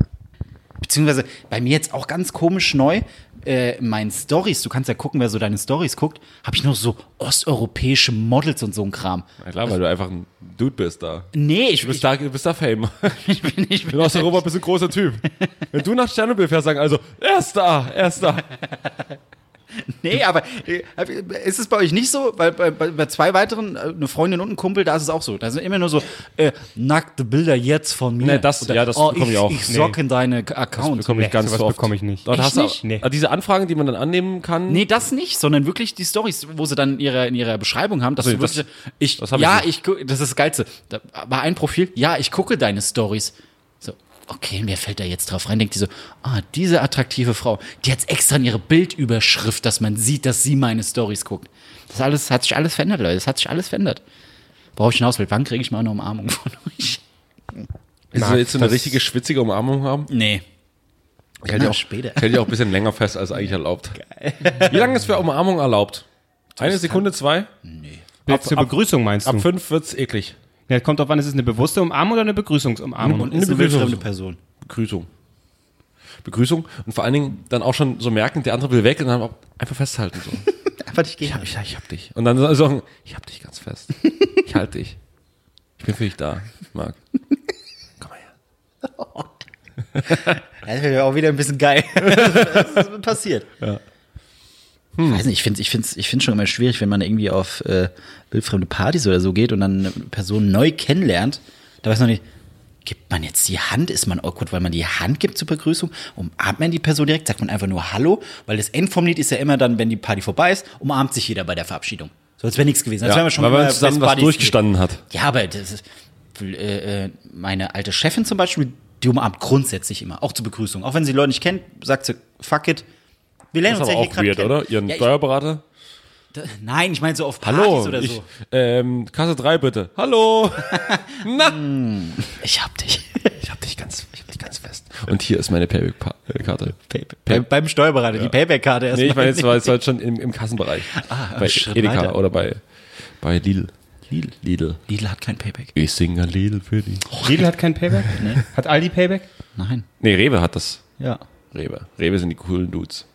Speaker 3: beziehungsweise bei mir jetzt auch ganz komisch neu, äh, in meinen Stories, du kannst ja gucken, wer so deine Stories guckt, habe ich nur so osteuropäische Models und so ein Kram. Äh,
Speaker 4: Na klar, weil du einfach ein Dude bist da.
Speaker 3: Nee, ich,
Speaker 4: Du bist
Speaker 3: ich,
Speaker 4: da, du bist da Fame.
Speaker 3: ich bin nicht
Speaker 4: In Osteuropa bist du ein großer Typ. Wenn du nach Tschernobyl fährst, sagen also, er ist da, er ist da.
Speaker 3: Nee, aber äh, ist es bei euch nicht so? Weil bei, bei, bei zwei weiteren, äh, eine Freundin und ein Kumpel, da ist es auch so. Da sind immer nur so äh, nackte Bilder jetzt von mir.
Speaker 4: Nee, das- ja, das
Speaker 3: oh,
Speaker 4: bekomme ich auch.
Speaker 3: Ich sock in deine K- Accounts.
Speaker 4: Bekomme ich
Speaker 1: Nee,
Speaker 4: ganz
Speaker 1: sowas
Speaker 4: so oft.
Speaker 1: bekomme ich nicht.
Speaker 4: Dort
Speaker 1: Echt
Speaker 4: hast du
Speaker 1: nicht? Nee.
Speaker 4: Ah, diese Anfragen, die man dann annehmen kann.
Speaker 3: Nee, das nicht, sondern wirklich die Stories, wo sie dann in ihrer, in ihrer Beschreibung haben, dass
Speaker 4: Nee,
Speaker 3: du
Speaker 4: das-
Speaker 3: wirklich, ich,
Speaker 4: das hab ich
Speaker 3: ja,
Speaker 4: nicht.
Speaker 3: ich, gu- das ist das Geilste. Da war ein Profil, ja, ich gucke deine Stories. So, okay, mir fällt da jetzt drauf rein, denkt die so, ah, diese attraktive Frau, die hat extra in ihre Bildüberschrift, dass man sieht, dass sie meine Stories guckt. Das alles, hat sich alles verändert, Leute, das hat sich alles verändert. Brauche ich hinaus will, wann kriege ich mal eine Umarmung von euch?
Speaker 4: Ist
Speaker 1: Marc,
Speaker 4: jetzt so eine
Speaker 1: das-
Speaker 4: richtige schwitzige Umarmung haben?
Speaker 3: Nee.
Speaker 4: Ich hätte
Speaker 3: Na,
Speaker 4: auch,
Speaker 3: später.
Speaker 4: hält ja auch ein bisschen länger fest als eigentlich erlaubt. Wie lange ist für Umarmung erlaubt? Eine Sekunde, zwei?
Speaker 1: Jetzt zur Begrüßung meinst
Speaker 4: Ab
Speaker 1: du?
Speaker 4: fünf wird's eklig.
Speaker 1: Ja, kommt drauf an, ist es eine bewusste Umarmung oder eine Begrüßungsumarmung?
Speaker 3: Und ist eine
Speaker 4: Begrüßung.
Speaker 3: wildfremde Person.
Speaker 4: Begrüßung. Begrüßung und vor allen Dingen dann auch schon so merken, der andere will weg und dann auch einfach festhalten. So.
Speaker 3: Einfach nicht gehen.
Speaker 4: Ja, ich, ich hab dich. Und dann so- sagen, ich hab dich ganz fest. Ich halte dich. Ich bin für dich da, Marc. Komm mal her.
Speaker 3: Das wäre auch wieder ein bisschen geil. das ist passiert.
Speaker 4: Hm.
Speaker 3: Ich weiß nicht, ich finde es ich find's, ich find's schon immer schwierig, wenn man irgendwie auf äh, wildfremde Partys oder so geht und dann eine Person neu kennenlernt. Da weiß man nicht, gibt man jetzt die Hand? Ist man awkward, weil man die Hand gibt zur Begrüßung? Umarmt man die Person direkt? Sagt man einfach nur Hallo? Weil das Endformlied ist ja immer dann, wenn die Party vorbei ist, umarmt sich jeder bei der Verabschiedung. So als wäre nichts gewesen. Als
Speaker 4: Ja,
Speaker 3: wären wir schon
Speaker 4: weil
Speaker 3: immer
Speaker 4: man zusammen
Speaker 3: Best
Speaker 4: was
Speaker 3: Buddies
Speaker 4: durchgestanden hat.
Speaker 3: ja, aber das ist, äh, äh, meine alte Chefin zum Beispiel, die umarmt grundsätzlich immer, auch zur Begrüßung. Auch wenn sie Leute nicht kennt, sagt sie, fuck it. Wir lernen
Speaker 4: Das ist
Speaker 3: uns ja
Speaker 4: aber
Speaker 3: hier
Speaker 4: auch
Speaker 3: gerade
Speaker 4: weird,
Speaker 3: kennen.
Speaker 4: oder? Ihren
Speaker 3: ja, ich,
Speaker 4: Steuerberater?
Speaker 3: d- nein, ich meine so auf Partys
Speaker 4: Hallo,
Speaker 3: oder
Speaker 4: ich,
Speaker 3: so.
Speaker 4: ähm, Kasse 3 bitte. Hallo. Na.
Speaker 3: Ich hab dich.
Speaker 4: Ich hab dich ganz, ich hab dich ganz fest. Und hier ist meine Payback-Karte.
Speaker 3: Bei, beim Steuerberater, die Payback-Karte erstmal.
Speaker 4: Nee, ich meine, jetzt war es halt schon im, im Kassenbereich.
Speaker 3: Ah,
Speaker 4: bei
Speaker 3: Schritt
Speaker 4: Edeka
Speaker 3: weiter.
Speaker 4: oder bei, bei Lidl. Lidl. Oh. Lidl.
Speaker 3: Lidl hat kein Payback.
Speaker 4: Ich singe Lidl für dich.
Speaker 1: Lidl hat kein Payback? Hat Aldi Payback?
Speaker 3: Nein.
Speaker 4: Nee, Rewe hat das.
Speaker 3: Ja.
Speaker 4: Rewe. Rewe sind die coolen Dudes.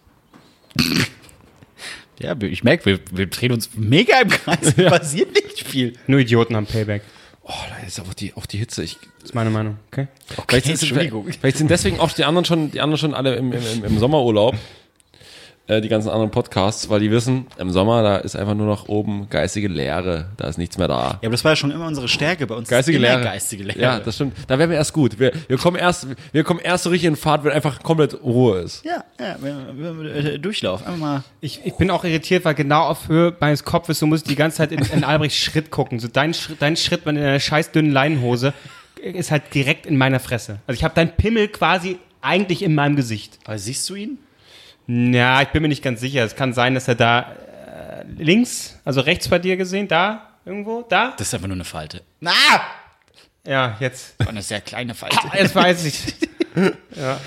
Speaker 3: Ja, ich merke, wir, wir drehen uns mega im Kreis. Ja. Passiert nicht viel.
Speaker 1: Nur Idioten haben Payback.
Speaker 4: Oh, da ist auch die, auch die Hitze. Ich,
Speaker 1: Das ist meine Meinung, okay?
Speaker 4: vielleicht, sind, vielleicht, vielleicht sind deswegen auch die anderen schon, die anderen schon alle im, im, im, im Sommerurlaub. Äh, die ganzen anderen Podcasts, weil die wissen, im Sommer, da ist einfach nur noch oben geistige Leere. Da ist nichts mehr da.
Speaker 3: Ja, aber das war ja schon immer unsere Stärke bei uns.
Speaker 4: Geistige
Speaker 3: ist immer
Speaker 4: Lehre.
Speaker 3: Geistige Lehre.
Speaker 4: Ja, das stimmt. Da wären wir erst gut. Wir, wir, kommen erst, wir kommen erst so richtig in Fahrt, wenn einfach komplett Ruhe ist.
Speaker 3: ja, ja wenn- wenn- wenn- äh, Durchlauf. Einfach mal.
Speaker 1: Ich, ich bin auch irritiert, weil genau auf Höhe meines Kopfes, du musst die ganze Zeit in, in Albrechts Schritt gucken. So dein, Schritt- dein Schritt wenn in einer scheiß dünnen Leinenhose ist halt direkt in meiner Fresse. Also ich habe deinen Pimmel quasi eigentlich in meinem Gesicht.
Speaker 3: Aber siehst du ihn?
Speaker 1: Ja, ich bin mir nicht ganz sicher. Es kann sein, dass er da äh, links, also rechts bei dir gesehen, da irgendwo, da?
Speaker 3: Das ist einfach nur eine Falte. Na!
Speaker 1: Ja, jetzt.
Speaker 3: Eine sehr kleine Falte.
Speaker 1: Jetzt weiß ich.
Speaker 4: Ja.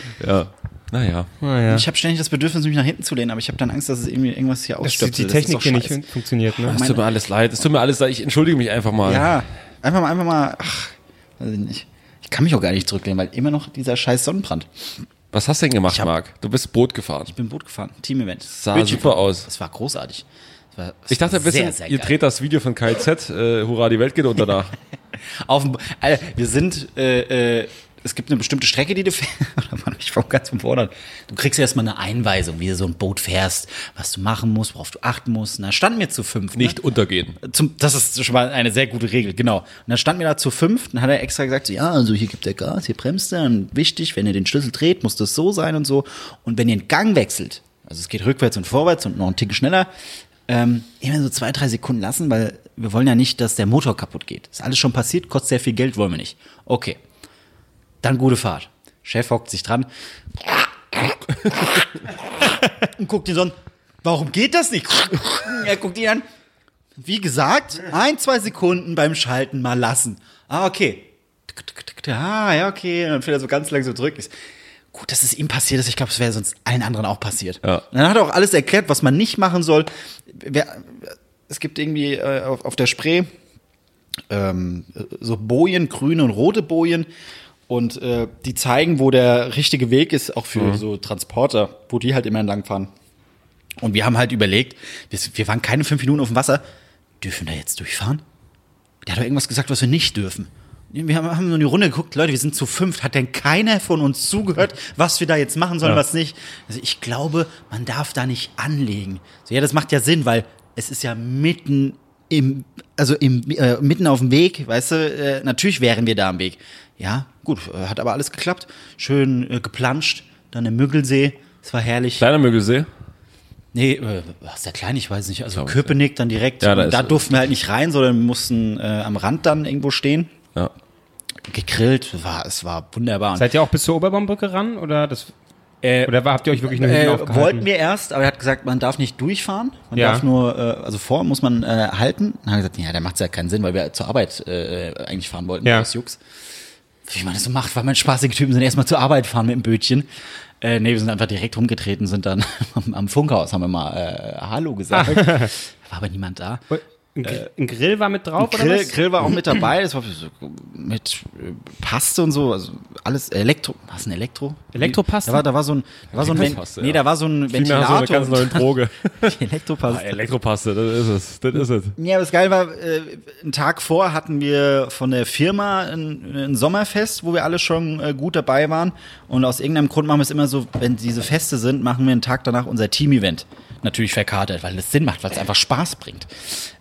Speaker 4: Naja.
Speaker 1: Naja.
Speaker 3: Ich habe ständig das Bedürfnis, mich nach hinten zu lehnen, aber ich habe dann Angst, dass es irgendwie irgendwas hier
Speaker 1: Dass die,
Speaker 3: ausstöpselt.
Speaker 1: die Technik hier nicht funktioniert, ne?
Speaker 4: Es tut mir alles leid. Es tut mir alles leid. Ich entschuldige mich einfach mal.
Speaker 3: Ja, einfach mal, einfach mal. Ach, weiß ich nicht. Ich kann mich auch gar nicht zurücklehnen, weil immer noch dieser scheiß Sonnenbrand.
Speaker 4: Was hast du denn gemacht,
Speaker 3: hab-
Speaker 4: Marc? Du bist Boot gefahren.
Speaker 3: Ich bin Boot gefahren, Team-Event.
Speaker 4: Sah super aus.
Speaker 3: Das war großartig. Das war, das
Speaker 4: Ich dachte
Speaker 3: war
Speaker 4: ein bisschen, ihr dreht das Video von KZ, äh, Hurra, die Welt geht unter da.
Speaker 3: Auf dem, Alter, wir sind äh, äh, es gibt eine bestimmte Strecke, die du fährst. da war ich vom ganzen Vorder. Du kriegst erstmal eine Einweisung, wie du so ein Boot fährst, was du machen musst, worauf du achten musst. Und da standen wir zu fünf. ne?
Speaker 4: Nicht untergehen.
Speaker 3: Zum, das ist schon mal eine sehr gute Regel, genau. Und dann standen wir da zu fünft und hat er extra gesagt, so, ja, also hier gibt der Gas, hier bremst er und wichtig, wenn ihr den Schlüssel dreht, muss das so sein und so. Und wenn ihr den Gang wechselt, also es geht rückwärts und vorwärts und noch einen Ticken schneller, ähm, immer so zwei, drei Sekunden lassen, weil wir wollen ja nicht, dass der Motor kaputt geht. Ist alles schon passiert, kostet sehr viel Geld, wollen wir nicht. Okay. Dann gute Fahrt. Chef hockt sich dran und guckt ihn so an. Warum geht das nicht? er guckt ihn an. Wie gesagt, ein, zwei Sekunden beim Schalten mal lassen. Ah, okay. Ah, ja, okay. Und dann fährt er so ganz langsam zurück. Ich so, Gut, dass es ihm passiert ist. Ich glaube, es wäre sonst allen anderen auch passiert.
Speaker 4: Ja.
Speaker 3: Und dann hat er auch alles erklärt, was man nicht machen soll. Wer, es gibt irgendwie äh, auf, auf der Spree ähm, so Bojen, grüne und rote Bojen. Und äh, die zeigen, wo der richtige Weg ist, auch für so Transporter, wo die halt immer entlang fahren. Und wir haben halt überlegt, wir, wir waren keine fünf Minuten auf dem Wasser, dürfen wir da jetzt durchfahren? Der hat doch irgendwas gesagt, was wir nicht dürfen. Wir haben, haben so eine Runde geguckt, Leute, wir sind zu fünft. Hat denn keiner von uns zugehört, was wir da jetzt machen sollen,
Speaker 4: Ja.
Speaker 3: was nicht? Also ich glaube, man darf da nicht anlegen. So, ja, das macht ja Sinn, weil es ist ja mitten im, also im, äh, mitten auf dem Weg, weißt du, äh, natürlich wären wir da am Weg. Ja, gut, äh, hat aber alles geklappt. Schön äh, geplanscht, dann im Müggelsee. Es war herrlich.
Speaker 4: Kleiner Mögelsee.
Speaker 3: Nee, äh, was der klein, ich weiß nicht. Also
Speaker 4: Glaub ich,
Speaker 3: Köpenick dann direkt.
Speaker 4: Ja, da
Speaker 3: und da
Speaker 4: ist-
Speaker 3: durften wir halt nicht rein, sondern mussten äh, am Rand dann irgendwo stehen.
Speaker 4: Ja.
Speaker 3: Gegrillt, war, es war wunderbar. Und,
Speaker 1: Seid ihr auch bis zur Oberbaumbrücke ran oder das?
Speaker 3: Äh,
Speaker 1: oder war- habt ihr euch wirklich nur hinten
Speaker 3: äh,
Speaker 1: aufgehalten?
Speaker 3: wollten wir erst, aber er hat gesagt, man darf nicht durchfahren. Man
Speaker 1: Ja.
Speaker 3: darf nur, äh, also vor muss man äh, halten. Dann haben wir gesagt, ja, da macht es ja keinen Sinn, weil wir zur Arbeit äh, eigentlich fahren wollten.
Speaker 1: Ja.
Speaker 3: Aus Jux. Wie man das so macht, weil man spaßige Typen sind, erstmal zur Arbeit fahren mit dem Bötchen. Äh, nee, wir sind einfach direkt rumgetreten, sind dann am, am Funkhaus, haben wir mal äh, Hallo gesagt. War aber niemand da.
Speaker 1: Ein, Gr- ein Grill war mit drauf oder
Speaker 3: Äh, Grill,
Speaker 1: was?
Speaker 3: Grill war auch mit dabei, das war so mit äh, Paste und so, also alles Elektro. Was ein Elektro?
Speaker 1: Elektropaste?
Speaker 3: Da war, da war so ein, da war so ein, Ven-
Speaker 4: Elektropaste,
Speaker 3: nee,
Speaker 4: ja.
Speaker 3: da war so ein
Speaker 4: Viel mehr so eine ganz neue
Speaker 3: Ventilator.
Speaker 4: Droge. Ah,
Speaker 3: Elektropaste.
Speaker 4: Elektropaste, das ist es. Das ist es.
Speaker 3: Ja, aber das geil war, äh, einen Tag vor hatten wir von der Firma ein, ein Sommerfest, wo wir alle schon äh, gut dabei waren. Und aus irgendeinem Grund machen wir es immer so, wenn diese Feste sind, machen wir einen Tag danach unser Team-Event. Natürlich verkatert, weil es Sinn macht, weil es einfach Spaß bringt.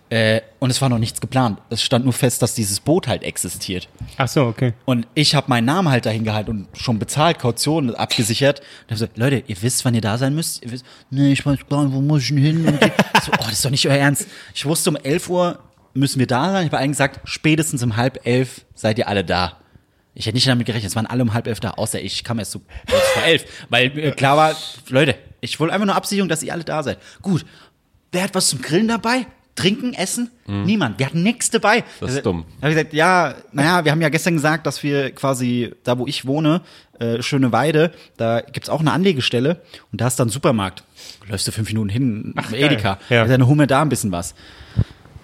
Speaker 3: Äh, und es war noch nichts geplant. Es stand nur fest, dass dieses Boot halt existiert.
Speaker 1: Ach so, okay.
Speaker 3: Und ich habe meinen Namen halt dahin gehalten und schon bezahlt, Kaution abgesichert. Und hab so, Leute, ihr wisst, wann ihr da sein müsst? Ihr wisst, nee, ich weiß gar nicht, wo muss ich denn hin? Und so, oh, das ist doch nicht euer Ernst. Ich wusste, um 11 Uhr müssen wir da sein. Ich habe allen gesagt, spätestens um halb elf seid ihr alle da. Ich hätte nicht damit gerechnet, es waren alle um halb elf da, außer ich kam erst so kurz vor elf. Weil äh, klar war, Leute, ich wollte einfach nur Absicherung, dass ihr alle da seid. Gut, wer hat was zum Grillen dabei? Trinken, essen? Niemand. Wir hatten nichts dabei.
Speaker 4: Mhm. Das ist dumm.
Speaker 3: Da habe ich gesagt, ja, naja, wir haben ja gestern gesagt, dass wir quasi da, wo ich wohne, äh, Schöne Weide, da gibt's auch eine Anlegestelle und da ist dann ein Supermarkt. Läufst du fünf Minuten hin, Ach, Edeka.
Speaker 1: geil. Ja.
Speaker 3: Ja. Dann holen wir da ein bisschen was.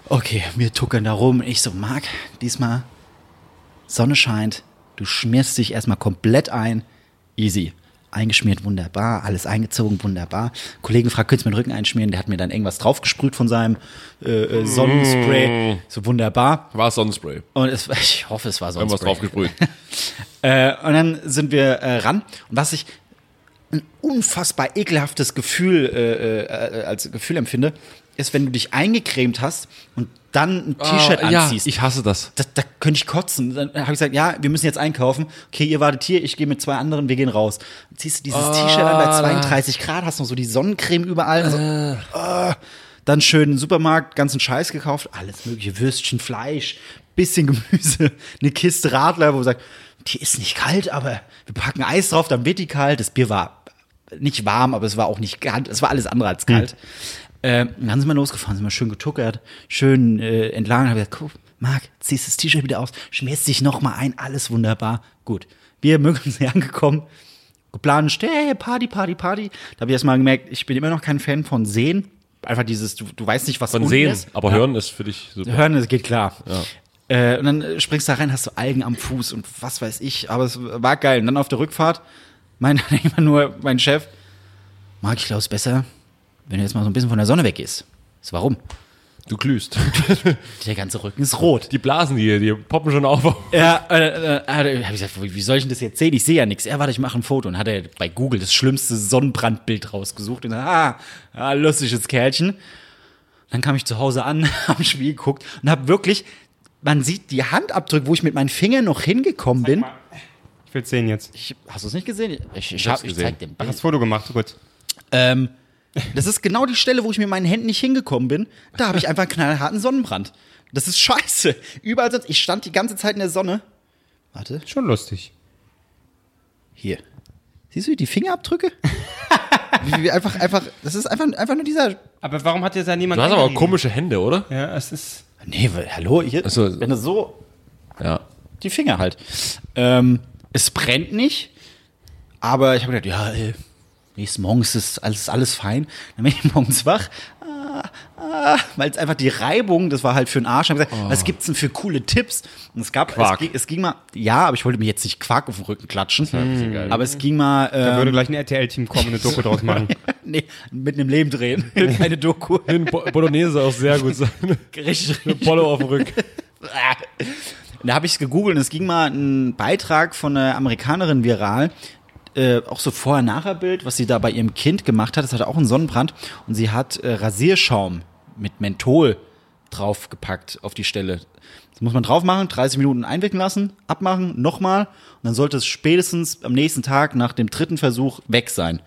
Speaker 3: Okay, wir tuckern da rum. Ich so, Marc, diesmal Sonne scheint, du schmierst dich erstmal komplett ein. Easy. Eingeschmiert, wunderbar, alles eingezogen, wunderbar. Kollegen fragt, könntest du mir den Rücken einschmieren? Der hat mir dann irgendwas draufgesprüht von seinem äh, äh,
Speaker 1: Mm.
Speaker 3: Sonnenspray. So wunderbar.
Speaker 4: War Sonnenspray.
Speaker 3: Und es, ich hoffe, es war sonst.
Speaker 4: Irgendwas draufgesprüht.
Speaker 3: Äh, und dann sind wir äh, ran. Und was ich ein unfassbar ekelhaftes Gefühl äh, äh, äh, als Gefühl empfinde, ist, wenn du dich eingecremt hast und dann ein T-Shirt
Speaker 4: Ah, ja,
Speaker 3: anziehst.
Speaker 4: ich hasse das.
Speaker 3: da, da könnte ich kotzen. Dann habe ich gesagt, ja, wir müssen jetzt einkaufen. Okay, ihr wartet hier, ich gehe mit zwei anderen, wir gehen raus. Dann ziehst du dieses T-Shirt an bei 32 Grad, hast noch so die Sonnencreme überall. Also, ah. Dann schön im Supermarkt, ganzen Scheiß gekauft, alles mögliche, Würstchen, Fleisch, bisschen Gemüse, eine Kiste Radler, wo man sagt, die ist nicht kalt, aber wir packen Eis drauf, dann wird die kalt. Das Bier war nicht warm, aber es war auch nicht kalt, es war alles andere als kalt. Ähm, dann sind wir losgefahren, sind wir schön getuckert, schön äh, entlang. Hab ich gesagt, guck, Marc, ziehst das T-Shirt wieder aus, schmierst dich nochmal ein, alles wunderbar. Gut. Wir mögen sie angekommen, geplant, hey, Party, Party, Party. Da habe ich erst mal gemerkt, ich bin immer noch kein Fan von Sehen. Einfach dieses, du, du weißt nicht, was
Speaker 4: Von
Speaker 3: unten
Speaker 4: sehen,
Speaker 3: ist.
Speaker 4: aber
Speaker 3: Ja.
Speaker 4: hören ist für dich super.
Speaker 3: Hören, das geht klar. Äh, und dann äh, springst du da rein, hast du Algen am Fuß und was weiß ich. Aber es war geil. Und dann auf der Rückfahrt, mein, immer nur mein Chef, Marc, ich glaube es besser, wenn du jetzt mal so ein bisschen von der Sonne weggehst. So, warum?
Speaker 4: Du glühst.
Speaker 3: Der ganze Rücken ist rot.
Speaker 4: Die Blasen, die, die poppen schon auf.
Speaker 3: Ja, äh, äh, habe ich gesagt, wie wie soll ich denn das jetzt sehen? Ich sehe ja nichts. Ja, warte, ich mache ein Foto. Und hat er bei Google das schlimmste Sonnenbrandbild rausgesucht. Und dann, ah, ah, lustiges Kerlchen. Dann kam ich zu Hause an, am Spiel geguckt und habe wirklich, man sieht die Handabdrücke, wo ich mit meinen Fingern noch hingekommen bin.
Speaker 1: Ich will sehen jetzt.
Speaker 3: Ich, hast du es nicht gesehen? Ich, ich,
Speaker 4: hab's
Speaker 3: hab, ich
Speaker 4: gesehen.
Speaker 3: zeig dem
Speaker 1: Hast das Foto gemacht, so gut.
Speaker 3: ähm, das ist genau die Stelle, wo ich mit meinen Händen nicht hingekommen bin. Da habe ich einfach einen knallharten Sonnenbrand. Das ist scheiße. Überall sonst. Ich stand die ganze Zeit in der Sonne. Warte.
Speaker 1: Schon lustig.
Speaker 3: Hier. Siehst du die Fingerabdrücke? wie, wie einfach, einfach, das ist einfach, einfach nur dieser.
Speaker 1: Aber warum hat jetzt ja niemand.
Speaker 4: Du hast aber auch
Speaker 1: eingegeben?
Speaker 4: komische Hände, oder?
Speaker 1: Ja, es ist.
Speaker 3: Nee, weil- hallo, hier.
Speaker 4: Ach so.
Speaker 3: Wenn du so
Speaker 4: Ja.
Speaker 3: die Finger halt. Ähm, es brennt nicht, aber ich habe gedacht, ja, äh, nächsten Morgen ist es alles, alles fein. Dann bin ich morgens wach, ah, ah, weil es einfach die Reibung, das war halt für den Arsch. Hab Ich gesagt, Was gibt's denn für coole Tipps? Und es gab, es
Speaker 4: Oh. Quark.
Speaker 3: ging, es ging mal, ja, aber ich wollte mir jetzt nicht Quark auf den Rücken klatschen, aber es ging mal.
Speaker 1: Da
Speaker 3: ähm,
Speaker 1: würde gleich ein RTL-Team kommen und eine Doku draus machen.
Speaker 3: Nee, mit einem Leben drehen. Eine Doku.
Speaker 4: Den Bo Bolognese soll auch sehr gut sein.
Speaker 3: Richtig.
Speaker 4: Eine Polo auf dem Rücken.
Speaker 3: Und Da habe ich es gegoogelt und es ging mal ein Beitrag von einer Amerikanerin viral. Äh, auch so Vorher-Nachher-Bild, was sie da bei ihrem Kind gemacht hat. Das hatte auch einen Sonnenbrand. Und sie hat äh, Rasierschaum mit Menthol draufgepackt auf die Stelle. Das muss man drauf machen, 30 Minuten einwirken lassen, abmachen, nochmal. Und dann sollte es spätestens am nächsten Tag nach dem dritten Versuch weg sein.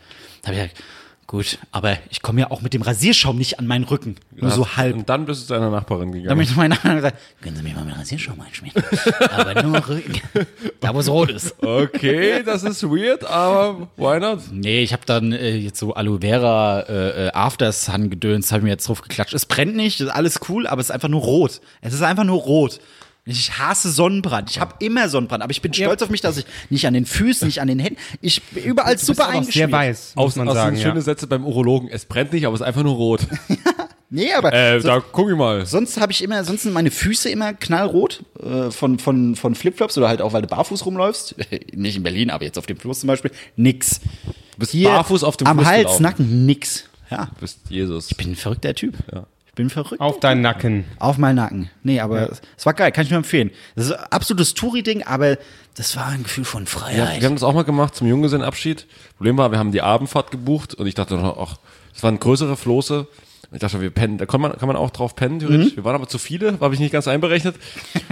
Speaker 3: Da habe ich gesagt, gut, aber ich komme ja auch mit dem Rasierschaum nicht an meinen Rücken. Nur so halb.
Speaker 4: Und dann bist du zu einer Nachbarin gegangen.
Speaker 3: Damit meine Nachbarn gesagt, können Sie mir mal mit Rasierschaum einschmieren? Aber nur Rücken. da, wo es rot ist.
Speaker 4: Okay, das ist weird, aber why not?
Speaker 3: Nee, ich habe dann äh, jetzt so Aloe Vera äh, äh, After Sun gedöns, habe mir jetzt drauf geklatscht. Es brennt nicht, ist alles cool, aber es ist einfach nur rot. Es ist einfach nur rot. Ich hasse Sonnenbrand. Ich habe immer Sonnenbrand, aber ich bin stolz auf mich, dass ich nicht an den Füßen, nicht an den Händen, ich bin überall super
Speaker 1: aber sehr
Speaker 3: eingeschmiert.
Speaker 1: weiß, muss
Speaker 4: Aus,
Speaker 1: man
Speaker 4: aus
Speaker 1: sagen.
Speaker 4: schöne
Speaker 1: Ja.
Speaker 4: Sätze beim Urologen. Es brennt nicht, aber es ist einfach nur rot.
Speaker 3: Nee, aber
Speaker 4: Äh,
Speaker 3: so-
Speaker 4: da guck ich mal.
Speaker 3: Sonst habe ich immer, sonst sind meine Füße immer knallrot äh, von, von, von Flipflops oder halt auch, weil du barfuß rumläufst. Nicht in Berlin, aber jetzt auf dem Fluss zum Beispiel. Nix.
Speaker 4: bist barfuß auf dem
Speaker 3: Am
Speaker 4: Fluss
Speaker 3: Hals,
Speaker 4: gelaufen.
Speaker 3: Nacken, nix. Ja.
Speaker 4: Du bist Jesus.
Speaker 3: Ich bin ein verrückter Typ. Ich bin verrückt.
Speaker 1: Auf deinen Nacken.
Speaker 3: Auf meinen Nacken. Nee, aber es war geil, kann ich nur empfehlen. Das ist ein absolutes Touri-Ding, aber das war ein Gefühl von Freiheit.
Speaker 4: Wir haben das auch mal gemacht zum Junggesellenabschied. Problem war, wir haben die Abendfahrt gebucht und ich dachte noch, ach, das waren größere Floße. Ich dachte, wir pennen, da kann man, kann man auch drauf pennen, theoretisch.
Speaker 3: Mhm.
Speaker 4: Wir waren aber zu viele, habe ich nicht ganz einberechnet.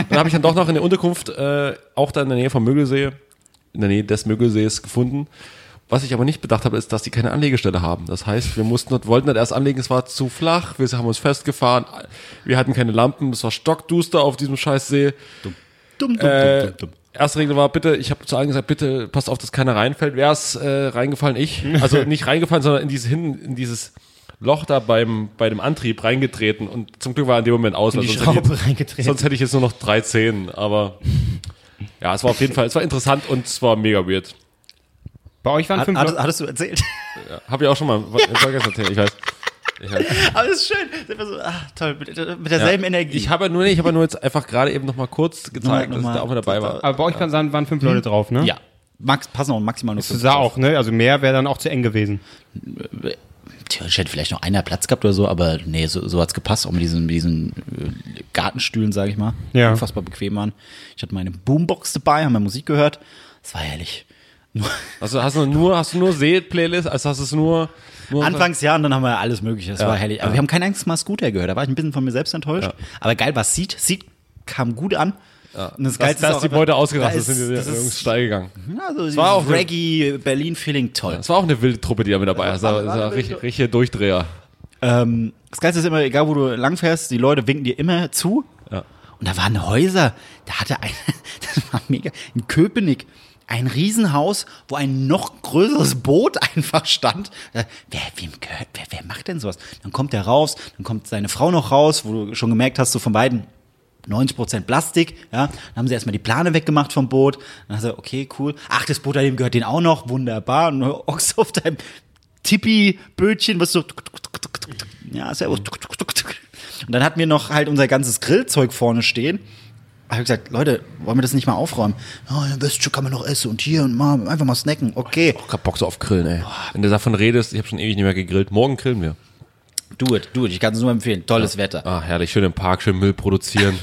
Speaker 4: Dann habe ich dann doch noch in der Unterkunft, äh, auch da in der Nähe vom Mögelsee, in der Nähe des Mögelsees gefunden. Was ich aber nicht bedacht habe, ist, dass die keine Anlegestelle haben. Das heißt, wir mussten dort, wollten dort erst anlegen, es war zu flach, wir haben uns festgefahren, wir hatten keine Lampen, es war stockduster auf diesem Scheißsee.
Speaker 3: Dumm, dumm,
Speaker 4: Äh, erste Regel war bitte, ich habe zu allen gesagt, bitte passt auf, dass keiner reinfällt. Wer ist äh, reingefallen? Ich. Also nicht reingefallen, sondern in dieses hin, in dieses Loch da beim bei dem Antrieb reingetreten und zum Glück war in dem Moment aus. weil
Speaker 1: Die
Speaker 4: sonst, hätte
Speaker 1: Schraube
Speaker 4: ich,
Speaker 1: reingetreten.
Speaker 4: sonst hätte ich jetzt nur noch drei Zehen. Aber ja, es war auf jeden Fall, es war interessant und es war mega weird.
Speaker 1: Bei euch waren fünf
Speaker 3: Hattest,
Speaker 1: Leute.
Speaker 3: hattest du erzählt?
Speaker 4: Hab ich auch schon mal im Podcast erzählt. Ich weiß. Ich weiß.
Speaker 3: aber es ist schön. Das ist immer so, ah, toll, mit, mit derselben Energie.
Speaker 4: Ich habe ja nur, ich habe ja nur jetzt einfach gerade eben noch mal kurz gezeigt,
Speaker 3: Nochmal-
Speaker 4: dass ich da auch mit dabei war.
Speaker 1: Aber bei euch waren, waren fünf Leute drauf, ne?
Speaker 3: ja. Max, passen auch maximal nur
Speaker 1: Das sah auch, ne? Also mehr wäre dann auch zu eng gewesen.
Speaker 3: Theoretisch hätte vielleicht noch einer Platz gehabt oder so, aber nee, so, so hat's gepasst, auch mit diesen, mit diesen äh, Gartenstühlen, sage ich mal.
Speaker 1: Ja.
Speaker 3: Unfassbar bequem waren. Ich hatte meine Boombox dabei, haben meine Musik gehört. Das war herrlich. Nur
Speaker 4: Also hast du nur, hast du nur See-Playlist, also hast du es nur, nur
Speaker 3: Anfangs ja, und dann haben wir alles Mögliche. Das war herrlich. Aber wir haben kein einziges Mal Scooter gehört. Da war ich ein bisschen von mir selbst enttäuscht. Aber geil, was sieht, sieht kam gut an. Und das
Speaker 4: Dass,
Speaker 3: Geilste
Speaker 4: dass
Speaker 3: auch
Speaker 4: die
Speaker 3: einfach-
Speaker 4: Beute ausgerastet
Speaker 3: da ist-
Speaker 4: sind, die
Speaker 3: das
Speaker 4: Jungs
Speaker 3: ist-
Speaker 4: steil gegangen.
Speaker 3: Ja, so dieses
Speaker 4: war auch eine-
Speaker 3: Reggae, Berlin-Feeling, toll.
Speaker 4: Das war auch eine wilde Truppe, die da mit dabei ist. Das war, das war richtig, richtige Durchdreher.
Speaker 3: Ähm, das Geilste ist immer, egal wo du langfährst, die Leute winken dir immer zu.
Speaker 4: Ja.
Speaker 3: Und da waren Häuser, da hatte ein, das war mega, in Köpenick, ein Riesenhaus, wo ein noch größeres Boot einfach stand. Wer, wem gehört, wer, wer macht denn sowas? Dann kommt der raus, dann kommt seine Frau noch raus, wo du schon gemerkt hast, so von beiden 90% Plastik, ja. Dann haben sie erstmal die Plane weggemacht vom Boot. Dann hast du, okay, cool. Ach, das Boot daneben gehört denen auch noch, wunderbar. Und du hockst auf deinem Tippi-Bötchen, was so, tuk, tuk, tuk, tuk, tuk, tuk. ja, servus. Tuk, tuk, tuk, tuk. Und dann hatten wir noch halt unser ganzes Grillzeug vorne stehen. Hab ich gesagt, Leute, wollen wir das nicht mal aufräumen? Ja, ja, Würstchen kann man noch essen und hier und mal, einfach mal snacken, okay.
Speaker 4: Ich hab Bock so auf Grillen, ey. Wenn du davon redest, ich habe schon ewig nicht mehr gegrillt. Morgen grillen wir.
Speaker 3: Do it, do it. Ich kann es nur empfehlen. Tolles Wetter.
Speaker 4: Ah, herrlich, schön im Park, schön Müll produzieren.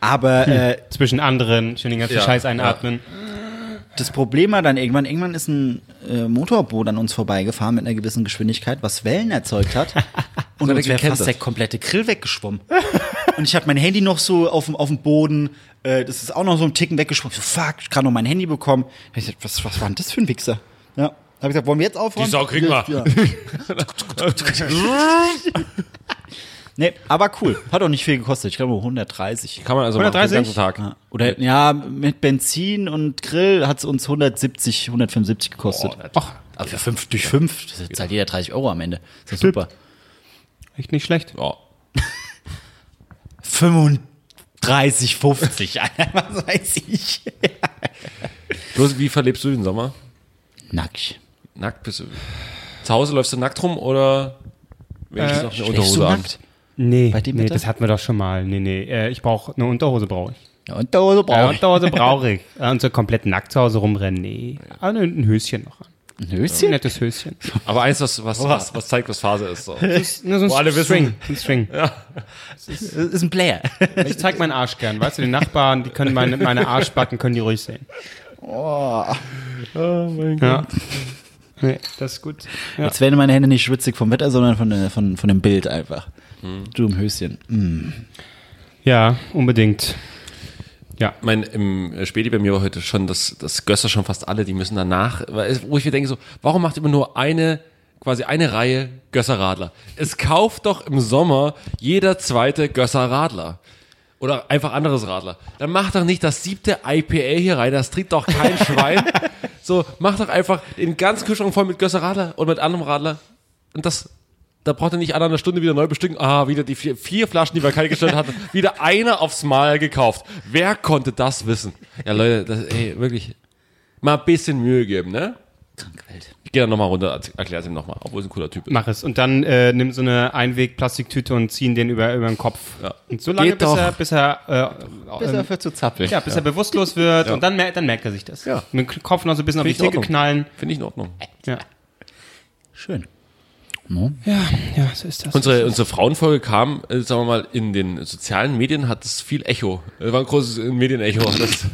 Speaker 3: Aber äh,
Speaker 1: Zwischen anderen, schön den ganzen
Speaker 4: Ja,
Speaker 1: Scheiß
Speaker 4: ja.
Speaker 1: einatmen.
Speaker 3: das Problem war dann irgendwann, irgendwann ist ein äh, Motorboot an uns vorbeigefahren mit einer gewissen Geschwindigkeit, was Wellen erzeugt hat. Und
Speaker 4: Hat er
Speaker 3: uns wäre
Speaker 4: gekennt
Speaker 3: fast
Speaker 4: das?
Speaker 3: der komplette Grill weggeschwommen. Und ich habe mein Handy noch so auf dem, auf dem Boden, äh, das ist auch noch so ein Ticken weggeschwommen. Ich so, fuck, ich kann noch mein Handy bekommen. Hab Ich gesagt, was, was war denn das für ein Wichser? Ja. Habe ich gesagt, wollen wir jetzt aufräumen?
Speaker 4: Die Sau kriegen wir.
Speaker 3: Ja.
Speaker 4: also
Speaker 3: nee, aber cool. Hat auch nicht viel gekostet. Ich glaube, 130.
Speaker 4: Kann man also
Speaker 1: 130?
Speaker 4: machen, den ganzen Tag.
Speaker 3: Ja. Oder ja, mit Benzin und Grill hat es uns 170, 175 gekostet.
Speaker 1: Och,
Speaker 3: also für fünf, durch 5, das zahlt jeder 30 Euro am Ende. Das ist super.
Speaker 1: echt nicht schlecht.
Speaker 4: Ja.
Speaker 3: 35, 50, Alter, was weiß ich.
Speaker 4: Du, wie verlebst du den Sommer?
Speaker 3: Nackig.
Speaker 4: Nackt bist du. Zu Hause läufst du nackt rum oder
Speaker 3: Äh,
Speaker 4: wenigstens noch eine
Speaker 3: Schläfst du
Speaker 4: Unterhose an?
Speaker 3: nackt?
Speaker 1: Nee,
Speaker 3: Bei dem
Speaker 1: nee
Speaker 3: Wetter?
Speaker 1: das hatten wir doch schon mal. Nee, nee, äh, ich brauche eine Unterhose, brauche ich.
Speaker 3: Ja, Unterhose
Speaker 1: Äh,
Speaker 3: brauche ich.
Speaker 1: Unterhose brauche ich. Äh, Und so komplett nackt zu Hause rumrennen, nee. Ah, ne, ein Höschen noch an.
Speaker 3: Ein
Speaker 1: Ein
Speaker 3: Höschen?
Speaker 1: nettes Höschen.
Speaker 4: Aber eins, was, was, was, was zeigt, was Phase ist. So.
Speaker 1: Nur Ne, so ein
Speaker 4: Wo alle wissen-
Speaker 1: String. Ein String.
Speaker 3: Das Ist ein Player.
Speaker 1: Ich zeig meinen Arsch gern. Weißt du, die Nachbarn, die können meine, meine Arschbacken, können die ruhig sehen.
Speaker 3: Oh
Speaker 1: Ja. Nee, das ist gut. Ja.
Speaker 3: Jetzt werden meine Hände nicht schwitzig vom Wetter, sondern von, der- von, von dem Bild einfach. Du im Höschen. Mm.
Speaker 1: ja, unbedingt. Ja.
Speaker 4: mein, im äh, Späti bei mir war heute schon, das, das Gösser schon fast alle, die müssen danach, weil es- wo ich mir denke so, warum macht immer nur eine, quasi eine Reihe Gösserradler? Es kauft doch im Sommer jeder zweite Gösserradler. Oder einfach anderes Radler. Dann mach doch nicht das siebte IPA hier rein, das trinkt doch kein Schwein. So, mach doch einfach den ganzen Kühlschrank voll mit Gösserradler und mit anderem Radler. Und das, da braucht er nicht alle eine Stunde wieder neu bestücken. Ah, wieder die vier, vier Flaschen, die wir kalt gestellt hatten, wieder einer aufs Mal gekauft. Wer konnte das wissen? Ja, Leute, das, ey, wirklich. Mal ein bisschen Mühe geben, ne?
Speaker 3: Krankwelt.
Speaker 4: Ich gehe dann nochmal runter, erklär's ihm nochmal, obwohl es ein cooler Typ ist.
Speaker 1: Mach es. Und dann äh, nimm so eine Einweg-Plastiktüte und zieh ihn den über, über den Kopf.
Speaker 4: Ja.
Speaker 1: Und so lange,
Speaker 3: Geht
Speaker 1: bis
Speaker 3: doch.
Speaker 1: er, bis er, äh,
Speaker 3: Bis
Speaker 1: ähm,
Speaker 3: er für zu zappeln.
Speaker 1: ja, bis er bewusstlos wird und dann, mer dann merkt er sich das.
Speaker 4: Ja.
Speaker 1: Mit dem Kopf noch so ein bisschen auf die
Speaker 4: Finde ich
Speaker 1: Theke
Speaker 4: in Ordnung.
Speaker 1: knallen.
Speaker 4: Finde ich in Ordnung.
Speaker 1: Ja.
Speaker 3: Schön.
Speaker 1: ja, so ist das.
Speaker 4: Unsere, unsere Frauenfolge kam, äh, sagen wir mal, in den sozialen Medien hat es viel Echo. Es war ein großes äh, Medienecho. Hat das,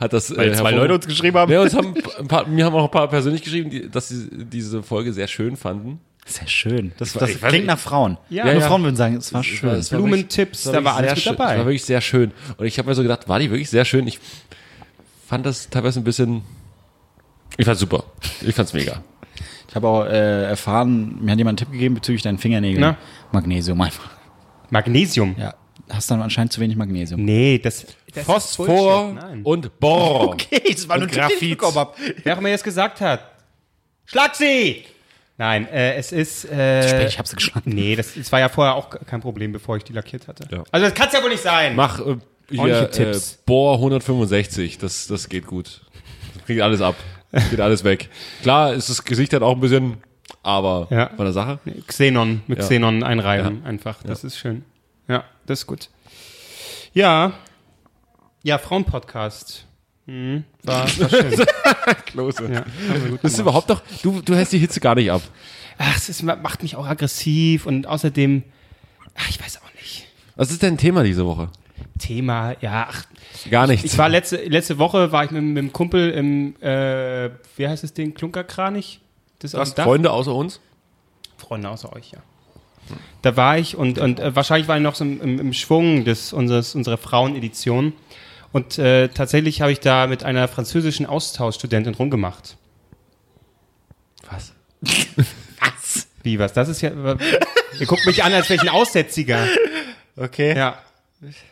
Speaker 4: hat das, Weil
Speaker 3: zwei Leute uns geschrieben haben.
Speaker 4: Ja, uns haben ein paar, mir haben auch ein paar persönlich geschrieben, die, dass sie diese Folge sehr schön fanden.
Speaker 3: Sehr schön. Das,
Speaker 4: war-
Speaker 3: das
Speaker 4: ich weiß
Speaker 3: klingt
Speaker 4: nicht.
Speaker 3: nach Frauen.
Speaker 1: Ja,
Speaker 3: Nur
Speaker 1: ja.
Speaker 3: Frauen würden sagen, es war
Speaker 4: Es
Speaker 3: schön.
Speaker 4: war- es war wirklich-
Speaker 1: Blumentipps, da war alles
Speaker 4: wirklich sehr
Speaker 1: mit
Speaker 4: schön. Das war
Speaker 1: dabei.
Speaker 4: wirklich sehr schön. Und ich habe mir so gedacht, war die wirklich sehr schön? Ich fand das teilweise ein bisschen. Ich fand's super. Ich fand's mega.
Speaker 3: Ich habe auch äh, erfahren, mir hat jemand einen Tipp gegeben bezüglich deinen Fingernägeln.
Speaker 1: Na?
Speaker 3: Magnesium einfach.
Speaker 1: Magnesium.
Speaker 3: Ja, hast dann anscheinend zu wenig Magnesium.
Speaker 1: Nee, das, das
Speaker 4: Phosphor
Speaker 1: Bullshit, nein.
Speaker 4: und Bor.
Speaker 3: Hey, das war nur
Speaker 1: ein Tipp, den ich bekommen Wer auch immer das gesagt hat. Schlag sie! Nein, äh, es ist. Äh,
Speaker 3: spät, ich hab sie geschlagen.
Speaker 1: Nee, das, das war ja vorher auch kein Problem, bevor ich die lackiert hatte.
Speaker 4: Ja.
Speaker 1: Also, das kann es ja wohl nicht sein.
Speaker 4: Mach äh,
Speaker 1: Ordentliche
Speaker 4: hier, äh,
Speaker 1: Tipps.
Speaker 4: Bohr 165, das, das geht gut. Das kriegt alles ab. Geht alles weg. Klar ist das Gesicht halt auch ein bisschen, aber
Speaker 1: Ja.
Speaker 4: von der Sache.
Speaker 1: Xenon, mit
Speaker 4: Ja.
Speaker 1: Xenon einreiben, einfach. Das ist schön. Ja, das ist gut. Ja. Ja, Frauenpodcast. Mhm. War, war schön.
Speaker 4: Klose.
Speaker 1: ja, haben wir gut
Speaker 4: Das ist überhaupt doch, du, du hältst die Hitze gar nicht ab.
Speaker 1: Ach, es ist, macht mich auch aggressiv und außerdem, ach, ich weiß auch nicht.
Speaker 4: Was ist dein Thema diese Woche?
Speaker 1: Thema, ja, ach,
Speaker 4: Gar nichts.
Speaker 1: ich war letzte, letzte Woche war ich mit, mit dem Kumpel im, äh, wie heißt es Ding, Klunkerkranich? Das ist
Speaker 4: Du
Speaker 1: auf dem
Speaker 4: hast
Speaker 1: Dach?
Speaker 4: Freunde außer uns?
Speaker 1: Freunde außer euch, ja. Da war ich und, und äh, wahrscheinlich war ich noch so im, im, im Schwung des, unseres, unserer Frauenedition. Und äh, tatsächlich habe ich da mit einer französischen Austauschstudentin rumgemacht.
Speaker 4: Was?
Speaker 1: Wie was? Das ist ja. Ihr guckt mich an, als wäre ich ein Aussätziger.
Speaker 3: Okay.
Speaker 1: Ja.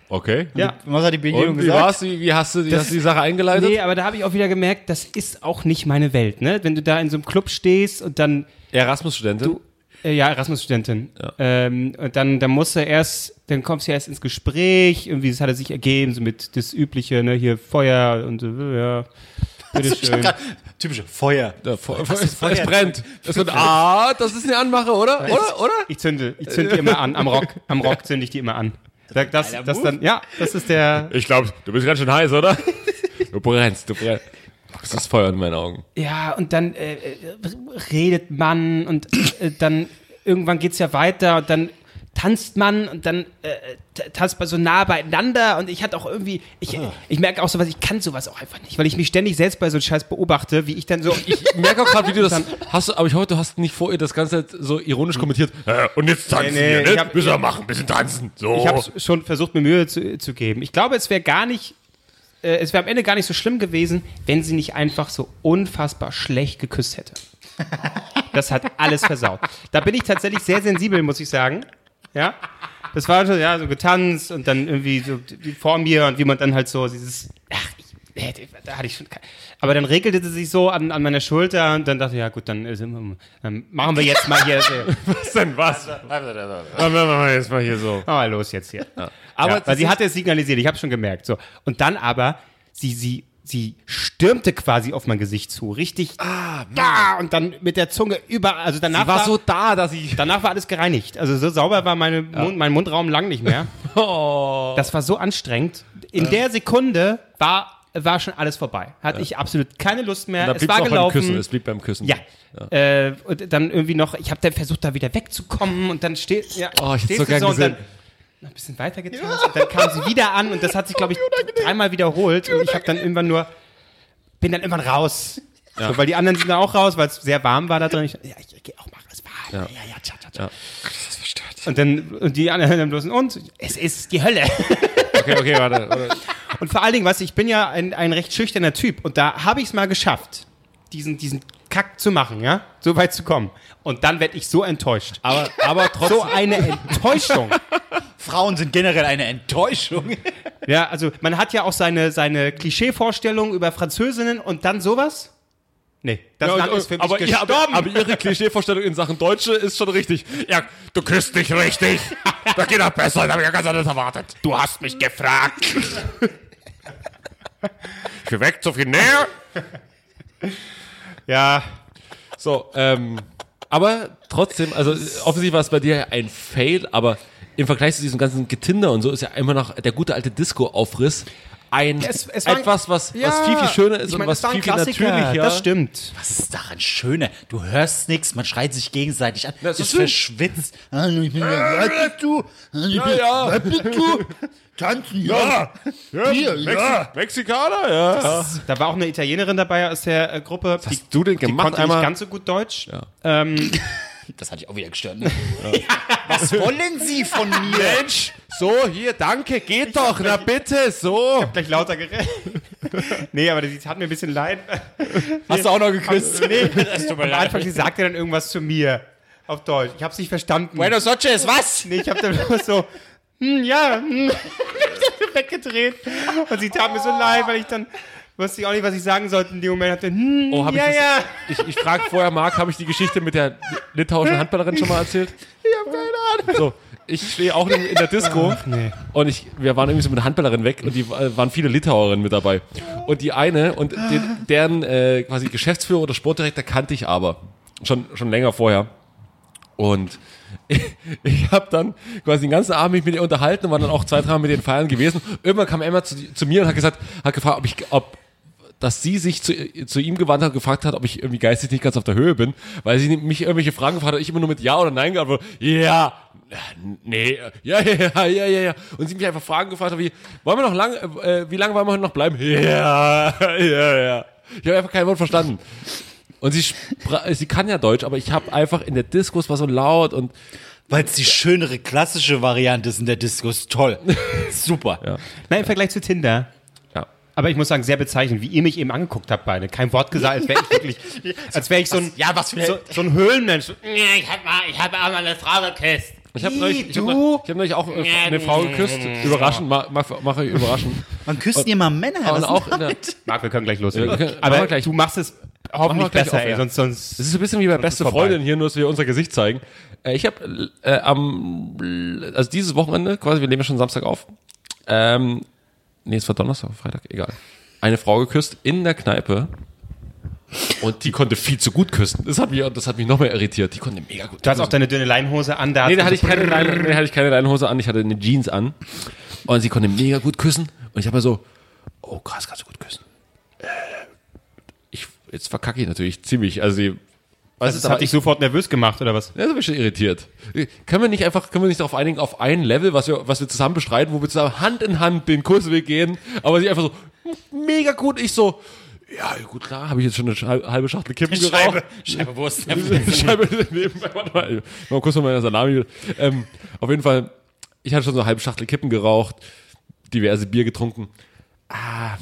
Speaker 4: Okay.
Speaker 1: Ja.
Speaker 3: Was hat die Begegnung
Speaker 4: Und wie
Speaker 3: gesagt?
Speaker 4: war's? Wie, wie hast du, wie hast du die Sache eingeleitet?
Speaker 1: Nee, aber da habe ich auch wieder gemerkt, das ist auch nicht meine Welt, ne? Wenn du da in so einem Club stehst und dann,
Speaker 4: Erasmus-Studentin.
Speaker 1: äh, ja, Erasmus-Studentin, ähm, und dann, dann musst du erst, dann kommst du erst ins Gespräch, irgendwie, das hat er sich ergeben, so mit das Übliche, ne, hier Feuer und so, ja, bitteschön.
Speaker 3: Typische Feuer.
Speaker 4: Ja, vor- es, es brennt. Es wird, ah, das ist eine Anmache, oder? Oder? Oder?
Speaker 1: Ich zünde, ich zünde die immer an, am Rock, am Rock zünde ich die immer an. Da- Das, das dann, ja, das ist der,
Speaker 4: Ich glaube, du bist ganz schön heiß, oder? Du brennst, du brennst. Das ist Feuer in meinen Augen.
Speaker 1: ja, und dann äh, äh, redet man und äh, dann irgendwann geht's ja weiter und dann tanzt man und dann äh, t- tanzt man so nah beieinander und ich hatte auch irgendwie, ich, ich merke auch sowas, ich kann sowas auch einfach nicht, weil ich mich ständig selbst bei so einem Scheiß beobachte, wie ich dann so, ich,
Speaker 4: Ich merke auch gerade, wie du das hast, du- aber ich hoffe, du hast nicht vor ihr das Ganze halt so ironisch kommentiert. Äh, und jetzt tanzen
Speaker 1: Nee, nee,
Speaker 4: wir,
Speaker 1: ich
Speaker 4: ne?
Speaker 1: hab-
Speaker 4: Müssen wir machen, bisschen tanzen. So.
Speaker 1: ich habe schon versucht, mir Mühe zu, zu geben. Ich glaube, es wäre gar nicht, äh, es wäre am Ende gar nicht so schlimm gewesen, wenn sie nicht einfach so unfassbar schlecht geküsst hätte. Das hat alles versaut. Da bin ich tatsächlich sehr sensibel, muss ich sagen. Ja. Das war so, ja, so getanzt und dann irgendwie so die- vor mir und wie man dann halt so dieses, ach, ich, hätte- da hatte ich schon kein, aber dann regelte sie sich so an, an meiner Schulter und dann dachte ich, ja gut, dann, ist- dann machen wir jetzt mal hier, äh,
Speaker 4: was denn was? jetzt mal hier so.
Speaker 1: Ah, los jetzt hier.
Speaker 4: Aber
Speaker 1: Aber
Speaker 4: das
Speaker 1: weil sie
Speaker 4: ist-
Speaker 1: hatte es signalisiert, ich habe schon gemerkt. So. Und dann aber, sie, sie, sie stürmte quasi auf mein Gesicht zu, richtig da und dann mit der Zunge über, also danach
Speaker 4: Ah, war so da, dass ich.
Speaker 1: danach war alles gereinigt. Also so sauber war meine Mund, mein Mundraum lang nicht mehr.
Speaker 4: Oh.
Speaker 1: Das war so anstrengend. In der Sekunde war, war schon alles vorbei. Hatte ich absolut keine Lust mehr.
Speaker 4: Da
Speaker 1: es
Speaker 4: blieb's
Speaker 1: war
Speaker 4: auch beim
Speaker 1: gelaufen.
Speaker 4: Küssen. Es blieb beim Küssen.
Speaker 1: Ja. Äh, und dann irgendwie noch, ich habe dann versucht, da wieder wegzukommen und dann steht, ja,
Speaker 4: Oh, ich hätt's so
Speaker 1: stehst du
Speaker 4: gern
Speaker 1: so und
Speaker 4: gesehen.
Speaker 1: dann noch ein bisschen weiter getanzt und dann kam sie wieder an und das hat sich, glaube ich, dreimal wiederholt und ich habe dann irgendwann nur, bin dann irgendwann raus. So, weil die anderen sind dann auch raus, weil es sehr warm war da drin. Ich, ja, ich, ich geh auch mal raus. Ah, Ja, ja, ja, tja, tja, tja.
Speaker 4: Ja.
Speaker 1: Und dann, und die anderen dann bloß, und es ist die Hölle.
Speaker 4: Okay, okay, warte. warte.
Speaker 1: Und vor allen Dingen, was ich bin ja ein, ein recht schüchterner Typ und da habe ich es mal geschafft, diesen, diesen Kack zu machen, ja, so weit zu kommen. Und dann werde ich so enttäuscht.
Speaker 3: Aber, aber trotzdem.
Speaker 1: So eine Enttäuschung.
Speaker 3: Frauen sind generell eine Enttäuschung.
Speaker 1: ja, also man hat ja auch seine, seine Klischee-Vorstellungen über Französinnen und dann sowas. Nee, das
Speaker 4: Ja,
Speaker 1: Land
Speaker 4: und-
Speaker 1: ist für mich
Speaker 4: aber, ja,
Speaker 1: gestorben.
Speaker 4: aber, aber ihre Klischeevorstellung in Sachen Deutsche ist schon richtig. Ja, du küsst dich richtig. Das geht doch besser. Da habe ich ja ganz anders erwartet. Du hast mich gefragt. Ich bin weg, zu viel näher.
Speaker 1: ja,
Speaker 4: So, ähm, aber trotzdem, also äh, offensichtlich war es bei dir ein Fail, aber im Vergleich zu diesem ganzen Getinder und so ist ja immer noch der gute alte Disco-Aufriss ein
Speaker 1: es- es war ein-
Speaker 4: etwas, was, was
Speaker 1: Ja,
Speaker 4: viel, viel schöner ist
Speaker 1: ich
Speaker 4: und
Speaker 1: meine,
Speaker 4: was
Speaker 1: das war ein
Speaker 4: viel, viel
Speaker 1: Klassiker,
Speaker 4: natürlicher.
Speaker 1: Das stimmt.
Speaker 3: Was ist daran schöner? Du hörst nichts, man schreit sich gegenseitig an,
Speaker 4: Das
Speaker 3: das
Speaker 4: ist
Speaker 3: ist
Speaker 4: schön.
Speaker 3: verschwitzt. Ah, ich bin- Wer bist du? Ah, ich bin-
Speaker 4: ja.
Speaker 3: Wer bist du? Tanzen, ja. Hier, ja.
Speaker 4: Mexikaner, ja.
Speaker 1: Da war auch eine Italienerin dabei aus der äh, Gruppe. Was
Speaker 4: hast du denn gemacht
Speaker 1: Die konnte
Speaker 4: einmal?
Speaker 1: nicht ganz so gut Deutsch.
Speaker 3: Das hatte ich auch wieder gestört. Ne? Was wollen Sie von mir?
Speaker 4: Mensch, so, hier, danke, geht doch, na bitte, so.
Speaker 1: Gleich lauter geredet. nee, aber die hat mir ein bisschen leid.
Speaker 3: Hast du auch noch geküsst?
Speaker 1: Nee,
Speaker 3: Das tut mir
Speaker 1: am
Speaker 3: leid.
Speaker 1: Anfang, sie sagte dann irgendwas zu mir. Auf Deutsch. Ich hab's nicht verstanden.
Speaker 3: Buenos noches, was?
Speaker 1: Nee, ich hab dann bloß so, hm, ja, hm, weggedreht. Und sie tat mir so leid, weil ich dann wusste ich auch nicht, was ich sagen sollte in dem Moment. Hatte, hm,
Speaker 4: Oh, hab
Speaker 1: ja,
Speaker 4: ich das-
Speaker 1: ja.
Speaker 4: Ich, ich frage vorher, Marc, habe ich die Geschichte mit der litauischen Handballerin schon mal erzählt? Ich habe keine Ahnung. So, ich stehe auch in in der Disco und ich, wir waren irgendwie so mit einer Handballerin weg und die äh, waren viele Litauerinnen mit dabei. Und die eine und den, deren äh, quasi Geschäftsführer oder Sportdirektor kannte ich aber schon, schon länger vorher. Und ich, ich habe dann quasi den ganzen Abend mich mit ihr unterhalten und war dann auch zwei, drei Mal mit den Feiern gewesen. Irgendwann kam Emma zu, zu mir und hat gesagt, hat gefragt, ob ich, ob, dass sie sich zu, zu ihm gewandt hat und gefragt hat, ob ich irgendwie geistig nicht ganz auf der Höhe bin, weil sie mich irgendwelche Fragen gefragt hat, ich immer nur mit Ja oder Nein geantwortet habe. Ja, nee, ja, ja, ja, ja, ja. Und sie mich einfach Fragen gefragt hat, wie, wollen wir noch lange, äh, wie lange wollen wir heute noch bleiben? Ja, ja, ja. Ich habe einfach kein Wort verstanden. Und sie, spra- sie kann ja Deutsch, aber ich habe einfach in der Disco, es war so laut und
Speaker 3: Weil es die schönere klassische Variante ist in der Disco. Ist toll. Super.
Speaker 1: Nein, im Vergleich zu Tinder.
Speaker 4: Ja.
Speaker 1: Aber ich muss sagen, sehr bezeichnend, wie ihr mich eben angeguckt habt, beide. Kein Wort gesagt, als wäre ich wirklich, als wäre ich so ein,
Speaker 3: Ja, was für-
Speaker 1: so, so ein Höhlenmensch.
Speaker 4: Ich habe neulich, ich hab neulich, ich hab neulich auch äh, eine Frau geküsst. Überraschend, ma- ma- mache ich überraschend.
Speaker 3: Man küsst hier mal Männer.
Speaker 4: Und
Speaker 3: was
Speaker 4: auch
Speaker 3: denn
Speaker 4: in der,
Speaker 3: damit?
Speaker 1: Marc, wir können gleich loslegen.
Speaker 4: Ja, wir können- machen
Speaker 1: Aber
Speaker 4: wir gleich.
Speaker 1: du machst es hoffentlich
Speaker 4: gleich
Speaker 1: besser,
Speaker 4: auf,
Speaker 1: ey,
Speaker 4: ja.
Speaker 1: sonst, sonst
Speaker 4: Das ist so ein bisschen wie bei Beste
Speaker 1: vorbei.
Speaker 4: Freundin hier, nur dass wir unser Gesicht zeigen. Äh, ich habe äh, am, also dieses Wochenende, quasi, wir nehmen ja schon Samstag auf. Ähm, nee, es war Donnerstag, Freitag, egal. Eine Frau geküsst in der Kneipe. Und die konnte viel zu gut küssen. Das hat mich, das hat mich noch mehr irritiert. Die konnte mega gut
Speaker 1: Du hast auch deine dünne Leinhose an. Also- Da
Speaker 4: Nee, da
Speaker 1: hast
Speaker 4: hatte
Speaker 1: du
Speaker 4: ich keine, Leine, nee, da hatte ich keine Leinenhose an, ich hatte eine Jeans an. Und sie konnte mega gut küssen. Und ich habe so, oh krass, kannst du gut küssen. Äh, ich, jetzt verkacke ich natürlich ziemlich. Also sie
Speaker 1: Das,
Speaker 4: Weißt du,
Speaker 1: das hat
Speaker 4: aber
Speaker 1: dich sofort nervös gemacht, oder was?
Speaker 4: Ja, das hat mich schon irritiert. Können wir nicht einfach, können wir nicht darauf einigen, auf ein Level, was wir, was wir zusammen bestreiten, wo wir zusammen Hand in Hand den Kursweg gehen, aber sie einfach so, "M- mega gut, ich so, ja, gut, klar, habe ich jetzt schon eine Schei- halbe Schachtel Kippen geraucht.
Speaker 3: Scheibe Wurst.
Speaker 4: Scheibe nebenbei, warte mal, mal kurz von meiner Salami. Ähm, auf jeden Fall, ich hatte schon so eine halbe Schachtel Kippen geraucht, diverse Bier getrunken. Ah,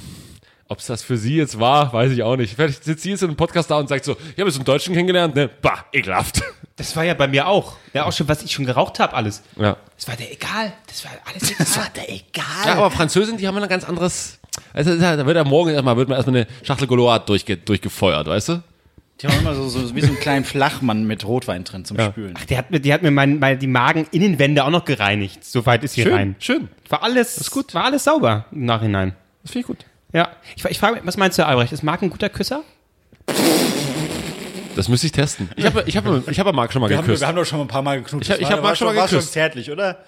Speaker 4: ob es das für sie jetzt war, weiß ich auch nicht. Vielleicht sitzt sie jetzt in einem Podcast da und sagt so, ich habe jetzt einen Deutschen kennengelernt, ne? Bah, ekelhaft.
Speaker 1: Das war ja bei mir auch. Ja, auch schon, was ich schon geraucht habe, alles.
Speaker 4: Ja.
Speaker 1: Das war der egal. Das war alles egal. oh. Das war der egal.
Speaker 4: Ja, aber Französin, die haben ein ganz anderes. Also, da wird ja morgen erstmal, wird man erstmal eine Schachtel Goloat durchge durchgefeuert, weißt du?
Speaker 3: Die haben immer so, so wie so einen kleinen Flachmann mit Rotwein drin zum Spülen.
Speaker 1: Die hat mir, die hat mir mein, mein, die Mageninnenwände auch noch gereinigt. So weit ist hier rein.
Speaker 4: schön.
Speaker 1: War alles, gut. war alles sauber im Nachhinein.
Speaker 4: Das finde ich gut.
Speaker 1: Ja. Ich, fra- ich frage mich, was meinst du, Albrecht? Ist Marc ein guter Küsser?
Speaker 4: Das müsste ich testen. Ich habe ich hab, ich hab Marc schon mal geküsst.
Speaker 3: doch schon ein paar Mal geknutscht.
Speaker 4: Ich hab- ich hab Marc schon mal geküsst.
Speaker 3: zärtlich, oder?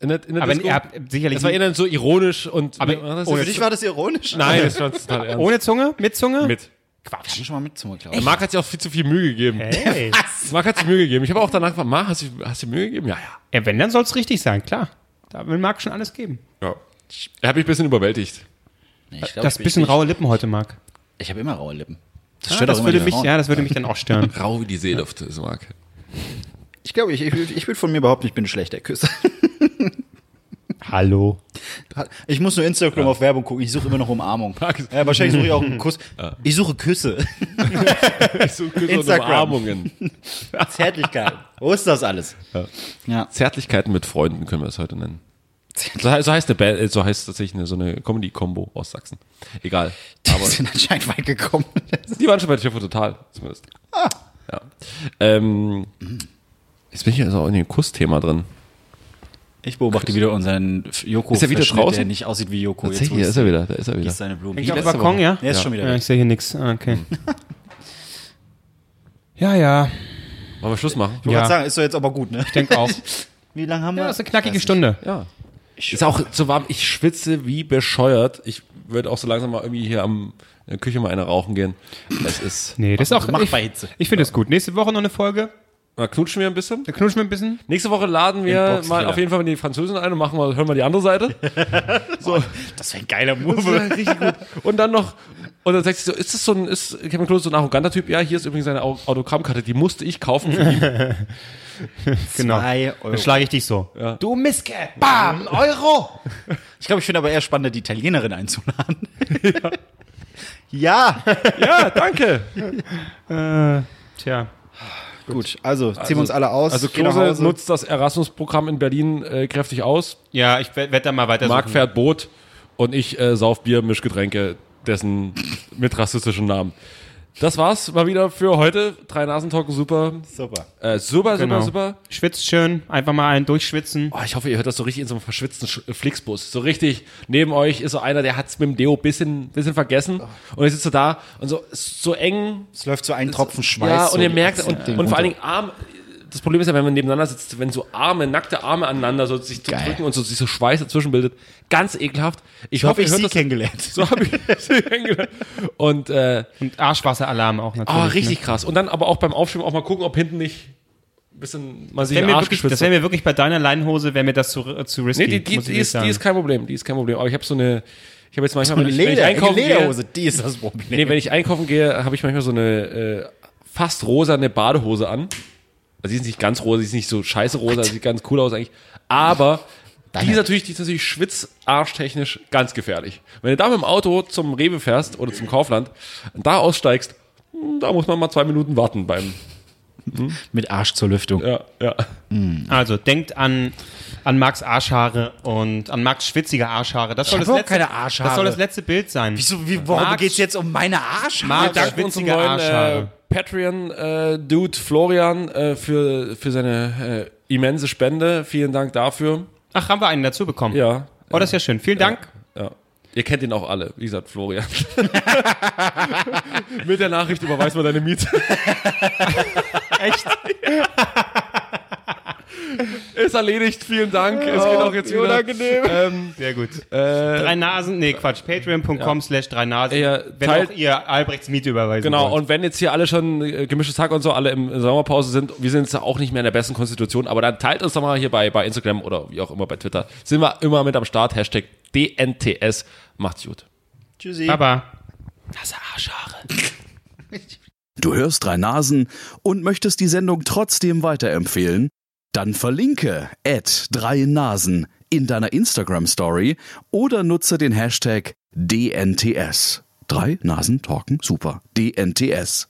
Speaker 4: in der, in der
Speaker 1: Aber
Speaker 4: Disco.
Speaker 1: ihr habt sicherlich.
Speaker 4: das war eher dann so ironisch und.
Speaker 1: Aber
Speaker 4: das
Speaker 1: ohne-
Speaker 3: Für dich war das ironisch?
Speaker 4: Oh, nein, das war total ernst.
Speaker 1: ohne Zunge? Mit Zunge?
Speaker 4: mit.
Speaker 3: Ich hab schon mal mit Zunge, glaube
Speaker 4: Marc hat sich auch viel zu viel Mühe gegeben.
Speaker 1: Hey.
Speaker 4: Marc hat sich Mühe gegeben. Ich habe auch danach gefragt, Marc, hast du, hast du Mühe gegeben? Ja, ja.
Speaker 1: ja, wenn, dann soll es richtig sein, klar. Da will Marc schon alles geben.
Speaker 4: ja. Er hat mich ein bisschen überwältigt.
Speaker 3: Nee, ich glaub,
Speaker 1: das
Speaker 3: ich bin-
Speaker 1: bisschen
Speaker 3: ich-
Speaker 1: raue Lippen heute, Marc.
Speaker 3: Ich habe immer raue Lippen. Das
Speaker 1: Ah,
Speaker 3: stört auch
Speaker 1: das
Speaker 3: immer
Speaker 1: würde
Speaker 3: die
Speaker 1: mich,
Speaker 3: Frauen.
Speaker 1: ja, das würde mich dann auch stören.
Speaker 4: Rau wie die Seeluft ist Marc.
Speaker 3: Ich glaube, ich, ich, ich würde von mir behaupten, ich bin ein schlechter Küsser.
Speaker 1: Hallo.
Speaker 3: Ich muss nur Instagram auf Werbung gucken. Ich suche immer noch Umarmung.
Speaker 4: Marc-
Speaker 3: Ja, wahrscheinlich suche ich auch einen Kuss. Ich suche Küsse.
Speaker 4: So Küsse und
Speaker 3: Instagram.
Speaker 4: Umarmungen.
Speaker 3: Zärtlichkeit. Wo ist das alles? Ja.
Speaker 4: Zärtlichkeiten mit Freunden können wir es heute nennen. So, he- so heißt eine Band, äh, so heißt tatsächlich eine, so eine Comedy-Combo aus Sachsen. Egal.
Speaker 3: Die sind anscheinend weit gekommen.
Speaker 4: Die waren schon bei Jeffo Total, zumindest. Ah. Ja. Ähm, jetzt bin ich also auch in dem Kussthema drin.
Speaker 3: Ich beobachte wieder unseren Joko.
Speaker 4: Ist er wieder
Speaker 3: Verschnitt,
Speaker 4: draußen?
Speaker 3: der nicht aussieht wie Joko.
Speaker 4: Tatsächlich,
Speaker 3: wo
Speaker 4: da ist er wieder, da ist er wieder.
Speaker 3: gießt seine Blumen.
Speaker 1: Hängt auf dem
Speaker 4: letzte
Speaker 1: Balkon,
Speaker 4: Woche.
Speaker 1: ja?
Speaker 3: Er ist schon wieder
Speaker 1: Ja,
Speaker 3: weg. Hm.
Speaker 1: ich sehe hier nichts. Ah, okay. ja, ja,
Speaker 4: Wollen wir Schluss machen?
Speaker 3: Ich wollte
Speaker 1: Ja.
Speaker 3: gerade sagen, ist doch jetzt aber gut, ne?
Speaker 1: ich denke auch.
Speaker 3: Wie lange haben wir?
Speaker 1: Ja, das ist eine knackige Stunde.
Speaker 4: Ja. Ist auch so warm, ich schwitze wie bescheuert. Ich würde auch so langsam mal irgendwie hier am in der Küche mal eine rauchen gehen. Es ist.
Speaker 1: Nee, das ist auch.
Speaker 3: Mach
Speaker 1: ich
Speaker 3: bei Hitze.
Speaker 1: ich finde es gut. Nächste Woche noch eine Folge.
Speaker 4: Mal knutschen wir ein bisschen.
Speaker 1: Da knutschen wir ein bisschen.
Speaker 4: Nächste Woche laden wir
Speaker 3: Inbox
Speaker 4: mal
Speaker 3: wieder.
Speaker 4: auf jeden Fall mal die Französin ein und machen mal, hören mal die andere Seite.
Speaker 3: Das wäre ein geiler
Speaker 4: Das
Speaker 3: Move.
Speaker 4: war richtig gut. Und dann noch, und dann sagt sie so, ist das so ein, ist Kevin Klose so ein arroganter Typ? Ja, hier ist übrigens seine Au- Autogrammkarte, die musste ich kaufen für ihn.
Speaker 1: Genau.
Speaker 3: Zwei Euro.
Speaker 1: Dann schlage ich dich so. Du Miske. Bam. Euro.
Speaker 3: Ich glaube, ich finde aber eher spannender, die Italienerin einzuladen. ja.
Speaker 4: Ja, danke.
Speaker 1: Tja.
Speaker 3: Gut, also ziehen wir uns alle aus.
Speaker 4: Also
Speaker 3: gehen nach
Speaker 4: Klose
Speaker 3: Hause.
Speaker 4: nutzt das Erasmus-Programm in Berlin äh, kräftig aus.
Speaker 1: Ja, ich werde da mal weiter
Speaker 4: Marc
Speaker 1: suchen.
Speaker 4: fährt Boot und ich äh, sauf Bier, Mischgetränke, dessen mit rassistischen Namen. Das war's mal wieder für heute. Drei Nasentalken, super.
Speaker 3: Super.
Speaker 4: Äh, super, super,
Speaker 1: Genau.
Speaker 4: super.
Speaker 1: Schwitzt schön. Einfach mal einen durchschwitzen.
Speaker 4: Oh, ich hoffe, ihr hört das so richtig in so einem verschwitzten Sch äh, Flixbus. So richtig, neben euch ist so einer, der hat's mit dem Deo bisschen, bisschen vergessen.
Speaker 3: Oh.
Speaker 4: Und ihr sitzt so da und so, so eng.
Speaker 3: Es läuft so ein Tropfen Schweiß.
Speaker 4: ja,
Speaker 3: so
Speaker 4: und ihr merkt,
Speaker 3: das
Speaker 4: und,
Speaker 3: Ding
Speaker 4: und vor allen
Speaker 3: runter.
Speaker 4: Dingen Arm, das Problem ist ja, wenn man nebeneinander sitzt, wenn so Arme, nackte Arme aneinander so sich
Speaker 3: Geil.
Speaker 4: drücken und so, sich so Schweiß dazwischen bildet. Ganz ekelhaft. Ich,
Speaker 3: Ich hoffe,
Speaker 4: hoffe, ihr
Speaker 3: ich
Speaker 4: hört
Speaker 3: sie
Speaker 4: das.
Speaker 3: kennengelernt.
Speaker 4: So habe ich sie kennengelernt. Und, äh,
Speaker 1: Und Arschwasseralarm
Speaker 3: Ah,
Speaker 1: auch natürlich.
Speaker 4: oh,
Speaker 1: ne?
Speaker 4: richtig krass. Und dann aber auch beim Aufschwimmen auch mal gucken, ob hinten nicht ein bisschen, man sich
Speaker 1: Wär
Speaker 4: den
Speaker 1: mir
Speaker 4: Arsch
Speaker 1: wirklich,
Speaker 4: geschwitzt
Speaker 1: das wäre mir wirklich bei deiner Leinhose, wäre mir das zu, äh, zu risky.
Speaker 4: Nee, die, die,
Speaker 1: muss ich
Speaker 4: die,
Speaker 1: ehrlich
Speaker 4: ist,
Speaker 1: sagen.
Speaker 4: die ist kein Problem, die ist kein Problem. Aber ich habe so eine, ich habe jetzt manchmal,
Speaker 3: Eine
Speaker 4: wenn ich, wenn ich
Speaker 3: Leder, eine
Speaker 4: einkaufen gehe,
Speaker 3: Lederhose, die ist das Problem.
Speaker 4: nee, wenn ich einkaufen gehe, habe ich manchmal so eine äh, fast rosane Badehose an. Also die ist nicht ganz rosa, die ist nicht so scheiße rosa, also sieht ganz cool aus eigentlich. Aber die ist natürlich, die ist natürlich schwitzarschtechnisch ganz gefährlich. Wenn du da mit dem Auto zum Rewe fährst oder zum Kaufland und da aussteigst, hm, da muss man mal zwei Minuten warten beim.
Speaker 3: Mit Arsch zur Lüftung.
Speaker 4: Ja, ja.
Speaker 1: Also denkt an, an Marks Arschhaare und an Marks schwitzige Arschhaare. Das soll,
Speaker 3: hab
Speaker 1: das,
Speaker 3: auch
Speaker 1: letzte,
Speaker 3: keine Arschhaare.
Speaker 1: das soll das letzte Bild sein.
Speaker 3: Wieso, wie, warum
Speaker 1: Marc-
Speaker 3: geht's jetzt um meine Arsch?
Speaker 1: Marc-
Speaker 4: Ah, Dank unserem
Speaker 1: schwitzige
Speaker 4: neuen äh,
Speaker 1: Arschhaare.
Speaker 4: Patreon-Dude Florian äh, für, für seine äh, immense Spende. Vielen Dank dafür.
Speaker 1: Ach, haben wir einen dazu bekommen?
Speaker 4: Ja,
Speaker 1: Oh, das ist ja schön. Vielen Dank.
Speaker 4: ja. Ihr kennt ihn auch alle, wie gesagt, Florian. Mit der Nachricht überweist man deine Miete.
Speaker 1: Echt?
Speaker 4: Ist erledigt, vielen Dank. Es geht auch jetzt wieder.
Speaker 1: Oh, unangenehm.
Speaker 4: Ähm,
Speaker 1: Sehr gut.
Speaker 4: äh,
Speaker 1: Drei Nasen, nee, Quatsch, patreon.com slash drei Nasen,
Speaker 4: Ja,
Speaker 1: wenn
Speaker 4: teilt-
Speaker 1: auch ihr Albrechts Miete überweisen
Speaker 4: genau,
Speaker 1: wollt.
Speaker 4: und wenn jetzt hier alle schon äh, gemischtes Hack und so, alle im Sommerpause sind, wir sind jetzt auch nicht mehr in der besten Konstitution, aber dann teilt uns doch mal hier bei, bei Instagram oder wie auch immer bei Twitter. Sind wir immer mit am Start. Hashtag DNTS. Macht's gut.
Speaker 3: Tschüssi.
Speaker 1: Baba.
Speaker 4: Das Arschhaare.
Speaker 5: Du hörst drei Nasen und möchtest die Sendung trotzdem weiterempfehlen? Dann verlinke at drei Nasen in deiner Instagram Story oder nutze den Hashtag DNTS. Drei Nasen talken super. DNTS.